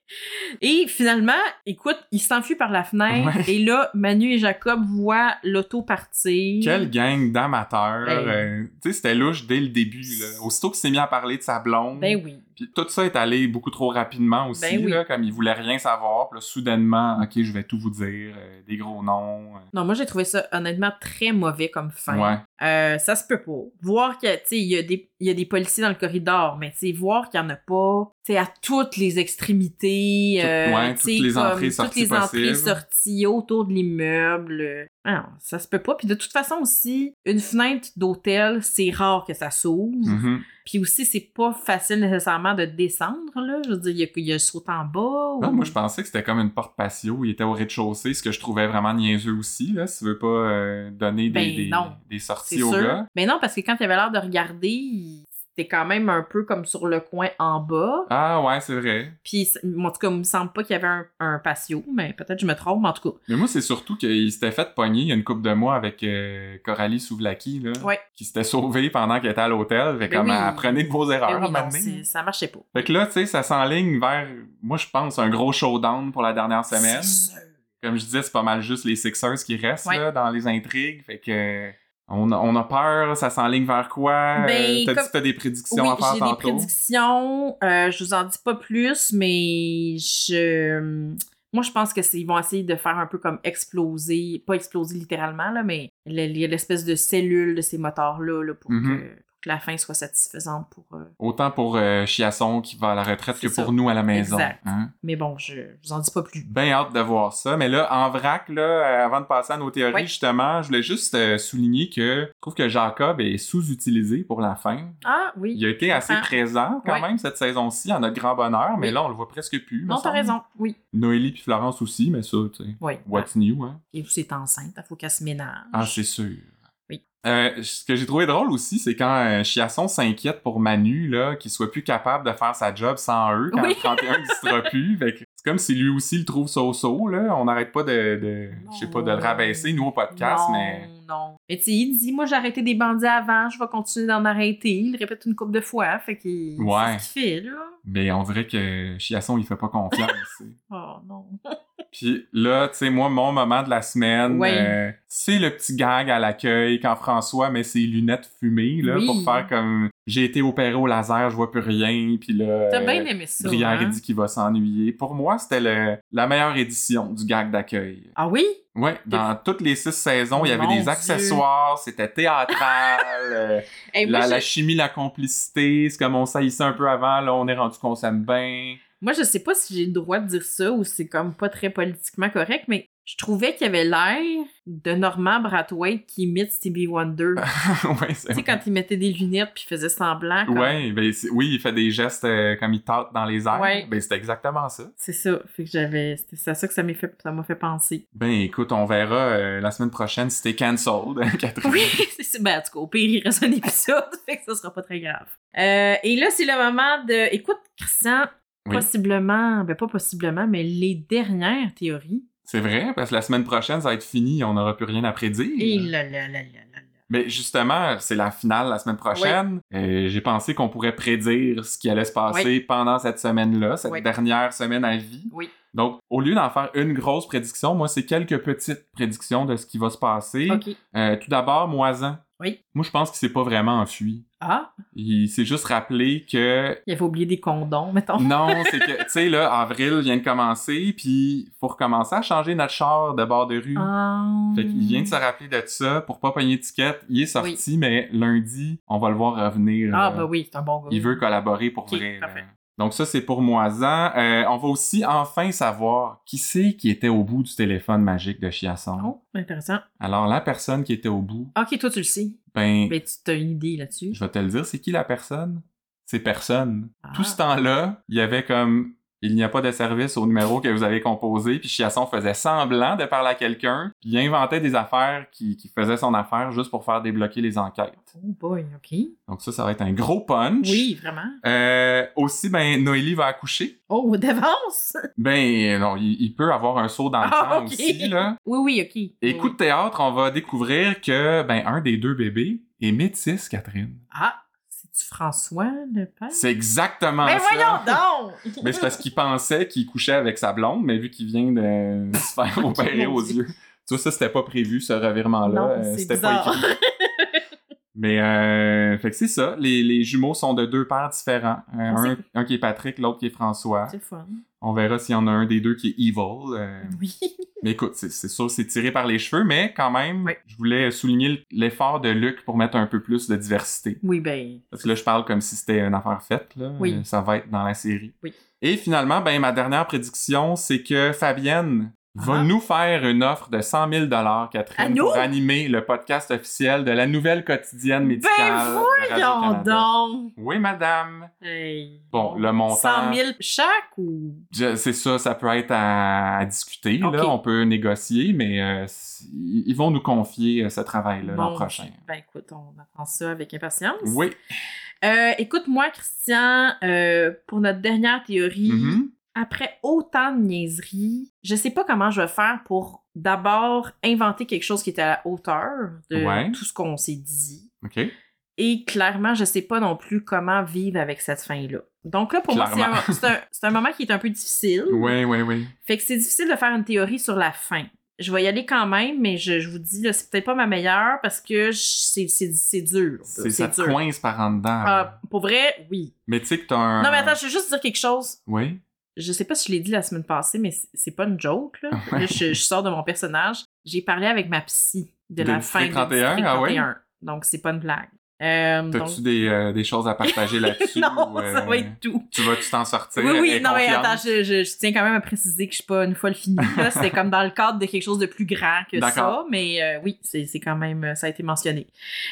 B: Et finalement, écoute, il s'enfuit par la fenêtre
A: Ouais.
B: et là, Manu et Jacob voient l'auto partir.
A: Quelle gang d'amateurs.
B: Hey.
A: euh, tu sais, c'était louche dès le début. Là. Aussitôt qu'il s'est mis à parler de sa blonde,
B: Ben oui.
A: puis tout ça est allé beaucoup trop rapidement aussi,
B: Ben oui.
A: là, comme il voulait rien savoir. Puis là, soudainement, OK, je vais tout vous dire, euh, des gros noms. euh.
B: Non, moi j'ai trouvé ça honnêtement très mauvais comme fin.
A: Ouais.
B: Euh, ça se peut pas. Voir que, tu sais, il y, a des- il y a des policiers dans le corridor, mais tu sais, voir qu'il y en a pas, tu sais, à toutes les extrémités,
A: Tout-
B: euh,
A: ouais,
B: tu sais,
A: toutes les
B: comme
A: entrées et
B: toutes
A: sorties
B: les entrées
A: possibles.
B: sorties autour de l'immeuble. Ah non, ça se peut pas. Puis de toute façon aussi, une fenêtre d'hôtel, c'est rare que ça s'ouvre.
A: Mhm.
B: Puis aussi, c'est pas facile nécessairement de descendre, là. Je veux dire, il y a- il y a, le saut en bas.
A: Non,
B: ou-
A: moi, je pensais que c'était comme une porte patio. Il était au rez-de-chaussée, ce que je trouvais vraiment niaiseux aussi. Là, si tu veux pas euh, donner des,
B: Ben,
A: des-
B: non.
A: des
B: C'est
A: sorties au
B: sûr.
A: gars.
B: Mais non, parce que quand il avait l'air de regarder, il- c'était quand même un peu comme sur le coin en bas.
A: Ah ouais, c'est vrai.
B: Puis, c- en tout cas, il me semble pas qu'il y avait un, un patio, mais peut-être que je me trompe, mais en tout cas.
A: Mais moi, c'est surtout qu'il s'était fait pogner il y a une couple de mois avec euh, Coralie Souvlaki, là,
B: Ouais.
A: qui s'était sauvée pendant qu'elle était à l'hôtel. Fait
B: Ben
A: comme,
B: oui.
A: elle apprenez de vos
B: Ben
A: erreurs,
B: oui,
A: à un moment
B: non,
A: donné.
B: c'est- ça marchait pas.
A: Fait que là, tu sais, ça s'enligne vers, moi, je pense, un gros showdown pour la dernière semaine.
B: C'est sûr.
A: Comme je disais, c'est pas mal juste les Sixers qui restent
B: Ouais.
A: là, dans les intrigues. Fait que... On a, on a peur, ça s'enligne vers quoi? Euh,
B: Ben,
A: T'as dit
B: comme-
A: que t'as des prédictions
B: Oui,
A: à faire
B: j'ai des
A: tantôt.
B: prédictions. Euh, je vous en dis pas plus, mais je. euh, Moi, je pense que c'est- ils vont essayer de faire un peu comme exploser, pas exploser littéralement, là, mais le- le- l'espèce de cellule de ces moteurs-là là, pour,
A: Mhm.
B: que, pour que la fin soit satisfaisante pour. euh,
A: Autant pour euh, Chiasson qui va à la retraite
B: C'est
A: que pour
B: ça.
A: nous à la maison.
B: Exact.
A: hein?
B: Mais bon, je, je vous en dis pas plus.
A: bien hâte de voir ça. Mais là, en vrac, là, euh, avant de passer à nos théories,
B: Ouais.
A: justement, je voulais juste euh, souligner que je trouve que Jacob est sous-utilisé pour la fin.
B: Ah oui.
A: Il a été assez
B: Ah.
A: présent quand
B: Ouais.
A: même cette saison-ci, en notre grand bonheur, mais
B: Oui.
A: là, on le voit presque plus. me
B: non, t'as
A: semble.
B: raison. Oui.
A: Noélie puis Florence aussi, mais ça, tu sais,
B: Oui.
A: what's new, hein?
B: Et aussi, c'est enceinte, il faut qu'elle se ménage.
A: Ah, c'est sûr.
B: Oui.
A: Euh, ce que j'ai trouvé drôle aussi, c'est quand euh, Chiasson s'inquiète pour Manu, là, qu'il soit plus capable de faire sa job sans eux quand
B: Oui.
A: le 31 n'existera plus. Fait que c'est comme si lui aussi le trouve so-so, là. On n'arrête pas de, de- je sais pas, de le
B: Non.
A: rabaisser, nous, au podcast,
B: non,
A: mais...
B: non. Mais tu sais, il dit, moi, j'ai arrêté des bandits avant, je vais continuer d'en arrêter. Il le répète une couple de fois, fait qu'il...
A: Ouais.
B: C'est ce qu'il fait, là.
A: Mais on dirait que Chiasson, il fait pas confiance, tu sais.
B: Oh, non.
A: Puis là, tu sais, moi, mon moment de la semaine,
B: Oui.
A: euh, c'est le petit gag à l'accueil quand François met ses lunettes fumées, là,
B: Oui.
A: pour faire comme... J'ai été opéré au laser, je vois plus rien, puis là...
B: T'as
A: euh,
B: bien aimé ça,
A: Brière,
B: hein?
A: il dit qu'il va s'ennuyer. Pour moi, c'était le- la meilleure édition du gag d'accueil.
B: Ah oui?
A: Ouais, dans toutes les six saisons, il y avait
B: Mon
A: des
B: Dieu.
A: accessoires, c'était théâtral, euh,
B: Hey, Eh, moi,
A: la,
B: je...
A: la chimie, la complicité, c'est comme on saillissait un peu avant, là, on est rendu qu'on s'aime bien.
B: moi, je sais pas si j'ai le droit de dire ça ou c'est comme pas très politiquement correct, mais je trouvais qu'il y avait l'air de Norman Brathwaite qui imite Stevie Wonder.
A: ouais,
B: tu
A: c'est
B: sais, quand il mettait des lunettes puis il faisait semblant, comme...
A: Ouais, ben, c'est- oui, il fait des gestes euh, comme il tâte dans les airs.
B: Ouais.
A: Ben, c'est exactement ça.
B: C'est ça. Fait que j'avais... C'était c'est à ça que ça m'a fait... ça m'a fait penser.
A: Ben, écoute, on verra euh, la semaine prochaine si t'es cancelled, Catherine.
B: Oui, c'est c'est- Ben, en tout cas, au pire, il reste un épisode, fait que ça sera pas très grave. Euh, et là, c'est le moment de. Écoute, Christian,
A: Oui.
B: possiblement, ben pas possiblement, mais les dernières théories.
A: C'est vrai, parce que la semaine prochaine, ça va être fini, on n'aura plus rien à prédire.
B: Et là, là, là, là, là, là.
A: Mais justement, c'est la finale la semaine prochaine. Euh, J'ai pensé qu'on pourrait prédire ce qui allait se passer pendant cette semaine-là, cette
B: Oui.
A: dernière semaine à vie.
B: Oui.
A: Donc, au lieu d'en faire une grosse prédiction, moi, c'est quelques petites prédictions de ce qui va se passer.
B: OK.
A: Euh, tout d'abord, Moisan.
B: Oui.
A: Moi, je pense qu'il s'est pas vraiment enfui.
B: Ah,
A: Il s'est juste rappelé que
B: il avait oublié des condoms, mettons.
A: non, c'est que, tu sais, là, avril vient de commencer, puis faut recommencer à changer notre char de bord de rue.
B: Ah.
A: Fait qu'il vient de se rappeler de ça pour pas pogner ticket. Il est sorti, mais lundi, on va le voir revenir.
B: Ah,
A: euh,
B: bah oui, c'est un bon gars.
A: Il veut collaborer pour
B: Ok,
A: vrai. là.
B: parfait.
A: Donc ça, c'est pour Moisan. Euh, on va aussi enfin savoir qui c'est qui était au bout du téléphone magique de Chiasson.
B: Oh, intéressant.
A: Alors, la personne qui était au bout,
B: Ok, toi, tu le sais.
A: ben,
B: Ben, tu as une idée là-dessus.
A: je vais te le dire, c'est qui la personne? C'est personne.
B: Ah.
A: Tout ce temps-là, il y avait comme il n'y a pas de service au numéro que vous avez composé. Puis Chiasson faisait semblant de parler à quelqu'un, puis il inventait des affaires qui, qui faisaient son affaire juste pour faire débloquer les enquêtes.
B: Oh boy, OK.
A: Donc ça, ça va être un gros punch.
B: Oui, vraiment.
A: Euh, aussi, ben, Noélie va accoucher.
B: Oh, d'avance!
A: Ben, non, il, il peut avoir un saut dans le
B: Ah,
A: temps
B: ok.
A: aussi, là.
B: Oui, oui, OK.
A: Et coup de théâtre, on va découvrir que, ben, un des deux bébés est métisse, Catherine.
B: Ah, c'est-tu François, le père?
A: C'est exactement
B: Mais
A: ça.
B: Ah. Ben, voyons donc!
A: Mais c'est parce qu'il pensait qu'il couchait avec sa blonde, mais vu qu'il vient de se faire opérer
B: mon
A: aux
B: Dieu.
A: yeux. Tu vois, ça, c'était pas prévu, ce revirement-là.
B: Non,
A: Euh,
B: c'est
A: c'était pas
B: bizarre.
A: écrit. Mais, euh, fait que c'est ça. Les, les jumeaux sont de deux pères différents. Euh, un, un qui est Patrick, l'autre qui est François.
B: Ah, C'est fun.
A: On verra s'il y en a un des deux qui est evil. euh,
B: Oui.
A: mais écoute, c'est c'est sûr, c'est tiré par les cheveux, mais quand même,
B: Oui.
A: je voulais souligner l'effort de Luc pour mettre un peu plus de diversité.
B: Oui, ben,
A: Parce que là, je parle comme si c'était une affaire faite. Là.
B: Oui.
A: Euh, Ça va être dans la série.
B: Oui.
A: Et finalement, ben, ma dernière prédiction, c'est que Fabienne va
B: Ah.
A: nous faire une offre de 100 000 Catherine,
B: À nous?
A: pour animer le podcast officiel de la nouvelle quotidienne médicale.
B: Ben
A: de
B: voyons
A: Radio-Canada.
B: donc!
A: Oui, madame.
B: Hey.
A: Bon, le montant-
B: 100 000 chaque ou...
A: Je- C'est ça, ça peut être à, à discuter.
B: Ok.
A: Là. On peut négocier, mais euh, si- ils vont nous confier euh, ce travail-là l'an
B: Bon,
A: prochain.
B: Ben écoute, on attend ça avec impatience.
A: Oui.
B: Euh, écoute, moi, Christian, euh, pour notre dernière théorie,
A: Mhm.
B: après autant de niaiseries, je sais pas comment je vais faire pour d'abord inventer quelque chose qui est à la hauteur de
A: Ouais.
B: tout ce qu'on s'est dit.
A: OK.
B: Et clairement, je sais pas non plus comment vivre avec cette fin-là. Donc là, pour
A: Clairement.
B: moi, c'est un- c'est un, c'est un moment qui est un peu difficile.
A: Oui, oui, oui.
B: Fait que c'est difficile de faire une théorie sur la fin. Je vais y aller quand même, mais je, je vous dis, là, c'est peut-être pas ma meilleure parce que je- c'est c'est- c'est dur. là.
A: C'est- Ça
B: C'est
A: te
B: dur.
A: coince par en dedans. là.
B: Ah, pour vrai, oui.
A: Mais tu sais que t'as un.
B: Non, mais attends, je veux juste dire quelque chose.
A: Oui.
B: Je sais pas si je l'ai dit la semaine passée, mais c'est- c'est pas une joke. Là.
A: Ouais.
B: Là, je, je sors de mon personnage. J'ai parlé avec ma psy de
A: De
B: la
A: District
B: fin de
A: 31,
B: District
A: ah ouais?
B: 31. Donc, c'est pas une blague. Euh,
A: T'as-tu des, euh, des choses à partager là-dessus?
B: non,
A: ou, euh,
B: ça va être tout.
A: Tu vas-tu t'en sortir?
B: Oui, oui,
A: Aie
B: non, mais
A: confiance.
B: attends, je, je- je tiens quand même à préciser que je suis pas une folle finie. là. C'était comme dans le cadre de quelque chose de plus grand que ça.
A: D'accord.
B: Mais euh, oui, c'est c'est quand même, euh, ça a été mentionné.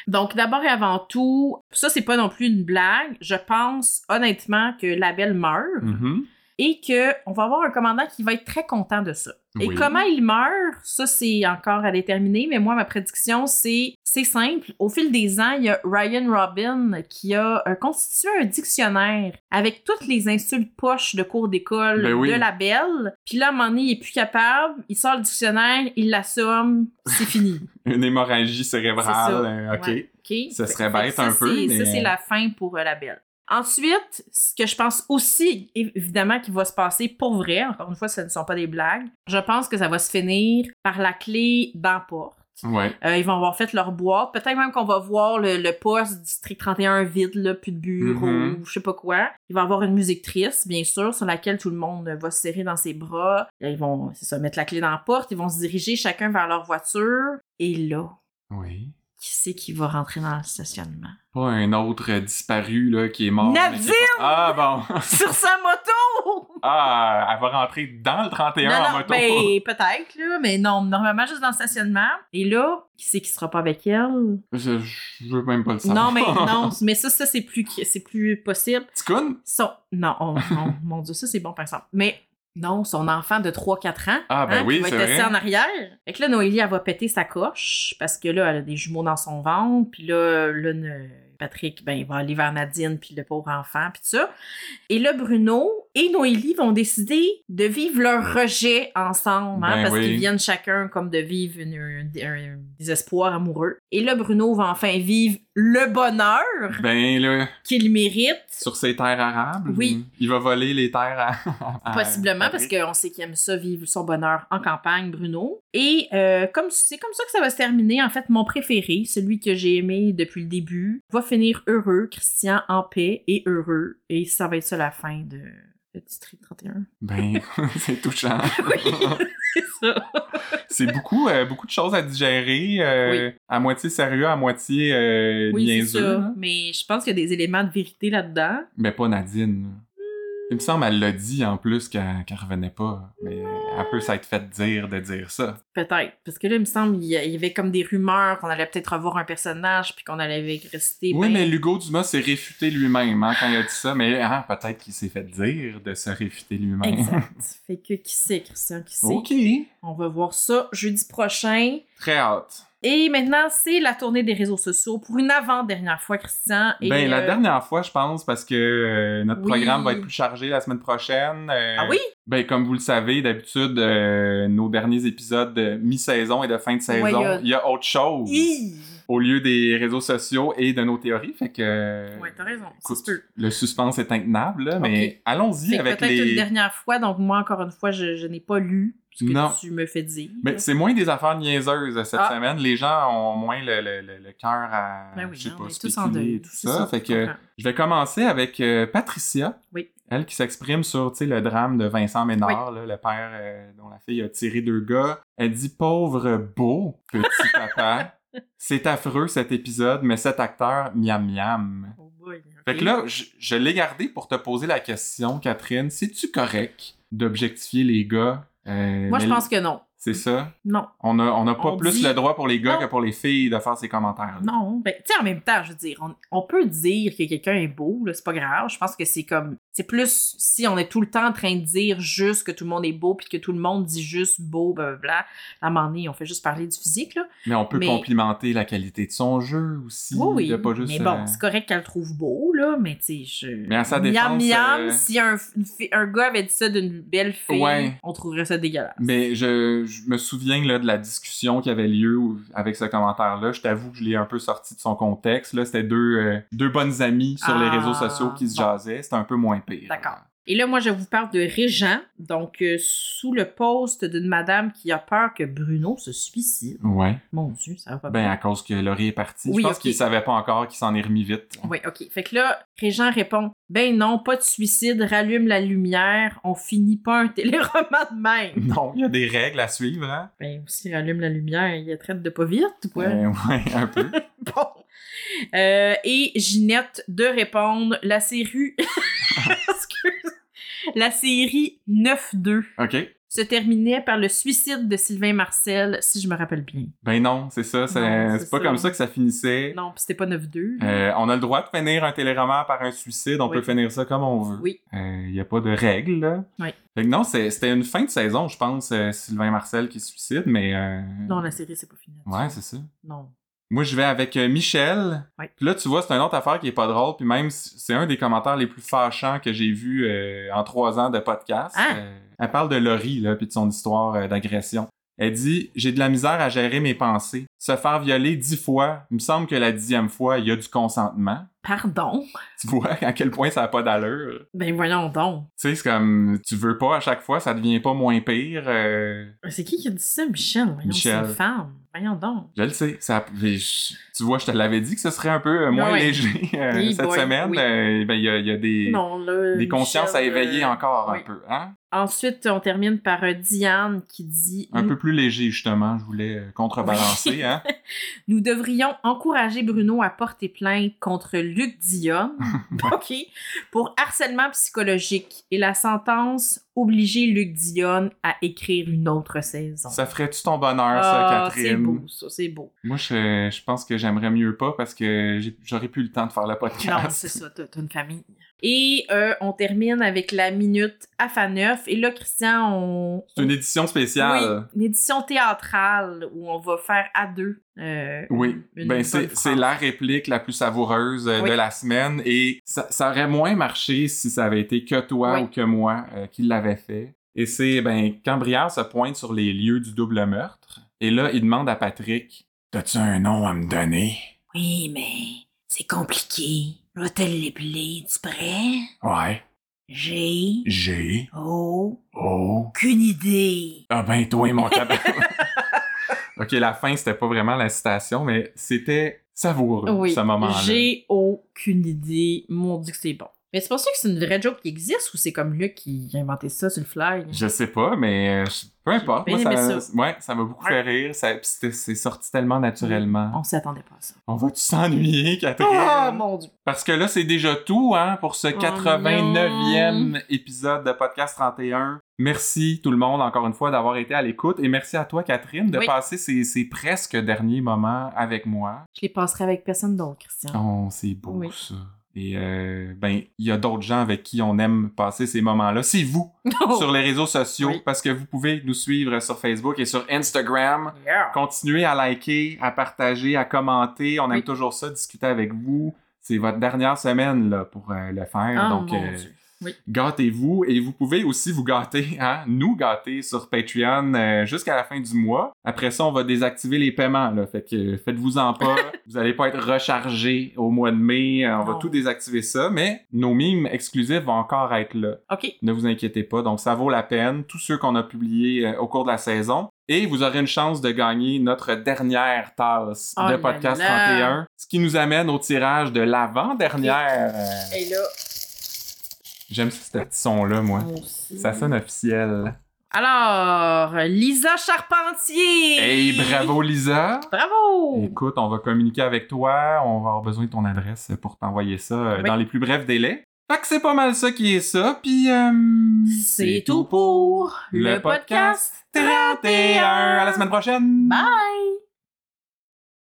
B: Donc, d'abord et avant tout, ça, c'est pas non plus une blague. Je pense honnêtement que la belle meurt
A: Mhm.
B: et que on va avoir un commandant qui va être très content de ça. Et
A: Oui.
B: comment il meurt, ça c'est encore à déterminer, mais moi ma prédiction c'est c'est simple. Au fil des ans, il y a Ryan Robin qui a euh, constitué un dictionnaire avec toutes les insultes poches de cours d'école
A: Ben oui.
B: de la belle. Puis là, à un moment donné, il est plus capable, il sort le dictionnaire, il l'assomme, c'est fini.
A: Une hémorragie
B: C'est ça.
A: cérébrale, euh, OK.
B: Ouais. OK?
A: Ce
B: Fait-
A: serait
B: fait que
A: bête
B: ça,
A: un peu,
B: c'est- Ça,
A: mais-
B: c'est la fin pour euh, la belle. Ensuite, ce que je pense aussi, évidemment, qui va se passer pour vrai, encore une fois, ce ne sont pas des blagues, je pense que ça va se finir par la clé d'emporte.
A: Ouais.
B: Euh, ils vont avoir fait leur boîte. Peut-être même qu'on va voir le, le poste district 31 vide, là, plus de bureau,
A: Mhm.
B: ou je sais pas quoi. Il va y avoir une musique triste, bien sûr, sur laquelle tout le monde va se serrer dans ses bras. Là, ils vont, c'est ça, mettre la clé dans la porte. Ils vont se diriger chacun vers leur voiture. Et là,
A: Oui.
B: qui c'est qui va rentrer dans le stationnement?
A: Pas un autre euh, disparu là, qui est mort.
B: Nadine!
A: mais qui est pas- Ah bon!
B: Sur sa moto!
A: Ah, elle va rentrer dans le 31
B: non,
A: en
B: non,
A: moto.
B: ben, peut-être, là, mais non, normalement, juste dans le stationnement. Et là, qui c'est qui sera pas avec elle?
A: Je, je veux même pas le savoir.
B: Non, mais non, mais ça, ça, c'est plus, c'est plus possible.
A: Ticoune?
B: Son... Non, on- non, mon Dieu, ça, c'est bon, par exemple. Mais non, son enfant de 3-4 ans.
A: Ah, ben
B: hein,
A: oui,
B: qui va
A: c'est
B: être assis
A: vrai.
B: en arrière. Fait que là, Noélie, elle va péter sa coche parce que là, elle a des jumeaux dans son ventre. Puis là, là ne- Patrick, ben, il va aller vers Nadine, puis le pauvre enfant, puis tout ça. Et là, Bruno et Noélie vont décider de vivre leur rejet ensemble, hein,
A: Ben
B: parce
A: oui.
B: qu'ils viennent chacun comme de vivre une- un- un désespoir amoureux. Et là, Bruno va enfin vivre le bonheur
A: Ben là,
B: qu'il mérite.
A: sur ses terres arables.
B: Oui.
A: Il va voler les terres à. à-
B: Possiblement,
A: à-
B: parce qu'on sait qu'il aime ça, vivre son bonheur en campagne, Bruno. Et euh, comme c'est comme ça que ça va se terminer, en fait, mon préféré, celui que j'ai aimé depuis le début, va finir heureux, Christian en paix et heureux. Et ça va être ça la fin de, de District 31.
A: Ben, c'est touchant.
B: c'est ça.
A: C'est beaucoup, euh, beaucoup de choses à digérer, euh, à moitié sérieux, à moitié euh,
B: Oui, c'est
A: niaiseux.
B: ça.
A: là.
B: Mais je pense qu'il y a des éléments de vérité là-dedans.
A: Mais pas Nadine. là. Il me semble elle l'a dit en plus qu'elle qu'elle revenait pas. Mais elle Elle peut s'être fait dire de dire ça.
B: Peut-être. Parce que là, il me semble, il y a- il y avait comme des rumeurs qu'on allait peut-être revoir un personnage, puis qu'on allait rester.
A: oui,
B: ben-
A: mais Lugo Dumas s'est réfuté lui-même hein, quand il a dit ça, mais hein, peut-être qu'il s'est fait dire de se réfuter lui-même.
B: Exact. fait que qui sait, Christian, qui sait.
A: OK.
B: On va voir ça jeudi prochain.
A: Très hâte.
B: Et maintenant, c'est la tournée des réseaux sociaux pour une avant-dernière fois, Christian. Et,
A: ben, la
B: euh,
A: dernière fois, je pense, parce que euh, notre
B: Oui.
A: programme va être plus chargé la semaine prochaine. euh,
B: Ah oui?
A: Ben, comme vous le savez, d'habitude, euh, nos derniers épisodes de mi-saison et de fin de saison,
B: Ouais,
A: il
B: il y a-
A: y, a autre chose
B: Hi!
A: au lieu des réseaux sociaux et de nos théories. Fait que. euh,
B: Ouais, t'as raison. Ça
A: écoute,
B: se peut.
A: le suspense est intenable, là, mais allons-y
B: Fait que
A: avec
B: peut-être
A: les.
B: une dernière fois, donc moi, encore une fois, je, je n'ai pas lu ce que
A: Non.
B: tu me fais dire.
A: Ben, c'est moins des affaires niaiseuses euh, cette
B: Ah.
A: semaine. Les gens ont moins le, le- le- le cœur à
B: Ben oui,
A: je sais
B: hein,
A: pas,
B: on est tous en
A: spéculer
B: deuil.
A: et tout
B: C'est
A: ça. Fait
B: je
A: que
B: comprends.
A: je vais commencer avec euh, Patricia.
B: Oui.
A: Elle qui s'exprime sur tu sais, le drame de Vincent Ménard, là, le père euh, dont la fille a tiré deux gars. Elle dit Pauvre beau petit papa. C'est affreux cet épisode, mais cet acteur, miam miam.
B: Oh boy,
A: Fait
B: ok.
A: que là, je, je l'ai gardé pour te poser la question, Catherine. C'est-tu correct d'objectifier les gars Euh,
B: moi, je
A: mais-
B: pense que non.
A: C'est ça.
B: Non,
A: On n'a on a pas
B: On
A: plus
B: dit-
A: le droit pour les gars
B: Non.
A: que pour les filles de faire ces commentaires.
B: non. Ben, tu sais, en même temps, je veux dire, on, on peut dire que quelqu'un est beau, là, c'est pas grave. Je pense que c'est comme. C'est plus si on est tout le temps en train de dire juste que tout le monde est beau, puis que tout le monde dit juste beau, blablabla. À un moment donné, on fait juste parler du physique, là.
A: Mais on peut
B: Mais-
A: complimenter la qualité de son jeu aussi.
B: Oui,
A: de
B: oui.
A: pas juste,
B: mais bon,
A: euh,
B: c'est correct qu'elle le trouve beau, là, mais tu sais, je...
A: Mais à sa défense,
B: Miam, miam,
A: euh,
B: si un, une fi- un gars avait dit ça d'une belle fille,
A: Ouais.
B: on trouverait ça dégueulasse.
A: Mais je, je me souviens là, de la discussion qui avait lieu où- avec ce commentaire-là. Je t'avoue que je l'ai un peu sorti de son contexte. Là, c'était deux, euh, deux bonnes amies sur les
B: Ah,
A: réseaux sociaux qui se
B: bon.
A: jasaient. C'était un peu moins pire.
B: D'accord. Et là, moi, je vous parle de Régent, donc euh, sous le poste d'une madame qui a peur que Bruno se suicide.
A: Ouais.
B: Mon Dieu, ça va pas
A: Ben,
B: bien.
A: à cause que Laurie est partie.
B: Oui,
A: je pense
B: ok.
A: qu'il savait pas encore qu'il s'en est remis vite.
B: Oui, OK. Fait que là, Régent répond Ben non, pas de suicide, rallume la lumière, on finit pas un téléroman de même.
A: Non, il y a des règles à suivre, hein?
B: ben aussi, rallume la lumière, il la traite de pas vite, ou quoi?
A: Euh, ouais, un peu.
B: Bon. Euh, et Ginette de répondre la série. Excuse. La série 9-2
A: OK.
B: se terminait par le suicide de Sylvain Marcel, si je me rappelle bien.
A: Ben non, c'est ça.
B: Non,
A: C'est
B: c'est
A: c'est pas
B: ça.
A: comme ça que ça finissait.
B: Non, puis c'était pas 9-2.
A: Euh, on a le droit de finir un téléroman par un suicide. On
B: Oui.
A: peut finir ça comme on veut.
B: Oui.
A: Il n'y Euh, a pas de règles, là.
B: Oui.
A: Fait que non, c'est- c'était une fin de saison, je pense, euh, Sylvain Marcel qui se suicide, mais... euh,
B: Non, la série, c'est pas fini.
A: Ouais, c'est ça.
B: Non.
A: Moi, je vais avec euh, Michel.
B: Oui.
A: Puis là, tu vois, c'est une autre affaire qui est pas drôle, puis même, c- c'est un des commentaires les plus fâchants que j'ai vu euh, en trois ans de podcast.
B: Hein?
A: Euh, elle parle de Laurie, là, puis de son histoire euh, d'agression. Elle dit « J'ai de la misère à gérer mes pensées. Se faire violer dix fois, il me semble que la dixième fois, il y a du consentement. »
B: Pardon?
A: tu vois à quel point ça n'a pas d'allure.
B: Ben voyons donc.
A: Tu sais, c'est comme, tu veux pas à chaque fois, ça devient pas moins pire. euh,
B: C'est qui qui a dit ça, Michel? Voyons, c'est
A: Michel.
B: une femme. Voyons donc.
A: je le sais. Ça, mais je- tu vois, je te l'avais dit que ce serait un peu euh, moins
B: Ah Ouais.
A: léger euh,
B: Oui,
A: cette
B: boy,
A: semaine.
B: oui.
A: Euh, ben, Il y, a- il y a des,
B: Non, là.
A: des consciences à
B: Michel,
A: éveiller
B: euh,
A: encore
B: oui.
A: un peu. Hein?
B: Ensuite, on termine par euh, Diane qui dit
A: Un peu plus léger, justement. Je voulais euh, contrebalancer.
B: Mm. Oui.
A: hein?
B: Nous devrions encourager Bruno à porter plainte contre Luc Dion OK, pour harcèlement psychologique et la sentence obliger Luc Dion à écrire une autre saison.
A: Ça ferait-tu ton bonheur, ça,
B: Ah, c'est
A: Catherine?
B: beau, ça, c'est beau.
A: Moi, je, je pense que j'aimerais mieux pas parce que j'ai- j'aurais plus le temps de faire le podcast.
B: Non, c'est ça, t'as t'as une famille. Et euh, on termine avec la minute AFA 9. Et là, Christian, on.
A: C'est une édition spéciale.
B: Oui, une édition théâtrale où on va faire à deux. euh,
A: Oui, ben
B: une bonne
A: c'est
B: phrase.
A: c'est la réplique la plus savoureuse euh,
B: Oui.
A: de la semaine et ça, ça aurait moins marché si ça avait été que toi
B: Oui.
A: ou que moi euh, qui l'avait fait. Et c'est ben quand Brière se pointe sur les lieux du double meurtre et là il demande à Patrick "T'as-tu un nom à me donner
B: Oui, mais c'est compliqué. Je vais te l'épeler, tu prêt?
A: Ouais,
B: J'ai.
A: j'ai
B: Oh.
A: oh
B: Aucune idée.
A: ah ben toi mon tabac." OK, la fin c'était pas vraiment la citation mais c'était savoureux
B: Oui.
A: ce moment-là.
B: J'ai aucune idée. Mon Dieu, que c'est bon. Mais c'est pour ça que c'est une vraie joke qui existe ou c'est comme Luc qui a inventé ça sur le fly?
A: Je sais pas, mais euh, je- peu importe.
B: J'ai
A: Moi,
B: bien
A: ça,
B: aimé ça.
A: ouais, ça m'a beaucoup fait rire. Ça- pis c'était- C'est sorti tellement naturellement.
B: On s'y attendait pas à ça.
A: On va-tu s'ennuyer, Catherine?
B: Oh mon dieu!
A: Parce que là, c'est déjà tout hein, pour ce
B: Oh
A: 89e épisode de Podcast 31. Merci tout le monde, encore une fois, d'avoir été à l'écoute. Et merci à toi, Catherine, de
B: Oui.
A: passer ces, ces presque derniers moments avec moi.
B: Je les passerai avec personne d'autre, Christian.
A: Oh, c'est beau,
B: Oui.
A: ça. Et euh, ben, il y a d'autres gens avec qui on aime passer ces moments-là. C'est vous, Oh. sur les réseaux sociaux,
B: Oh. Oui.
A: parce que vous pouvez nous suivre sur Facebook et sur Instagram.
B: Yeah.
A: Continuez à liker, à partager, à commenter. On aime
B: Oui.
A: toujours ça, discuter avec vous. C'est votre dernière semaine là, pour euh, le faire.
B: Ah,
A: donc,
B: mon
A: euh,
B: Dieu.
A: gâtez-vous. Et vous pouvez aussi vous gâter, hein, nous gâter sur Patreon euh, jusqu'à la fin du mois. Après ça, on va désactiver les paiements. Là, fait que euh, faites-vous-en pas. vous n'allez pas être rechargé au mois de mai. Euh, on va
B: Non.
A: tout désactiver ça. Mais nos mimes exclusifs vont encore être là.
B: OK.
A: Ne vous inquiétez pas, donc ça vaut la peine. Tous ceux qu'on a publiés euh, au cours de la saison. Et vous aurez une chance de gagner notre dernière tasse
B: Oh
A: de
B: là
A: Podcast
B: là.
A: 31. Ce qui nous amène au tirage de l'avant-dernière. Euh,
B: Et là,
A: J'aime ce petit son-là, moi.
B: moi aussi.
A: Ça sonne officiel.
B: Alors, Lisa Charpentier!
A: Hey, bravo Lisa!
B: Bravo!
A: Écoute, on va communiquer avec toi. On va avoir besoin de ton adresse pour t'envoyer ça euh,
B: Oui.
A: dans les plus brefs délais. Fait que c'est pas mal ça qui est ça. Puis, euh,
B: C'est tout pour le podcast
A: 31. À la semaine prochaine!
B: Bye!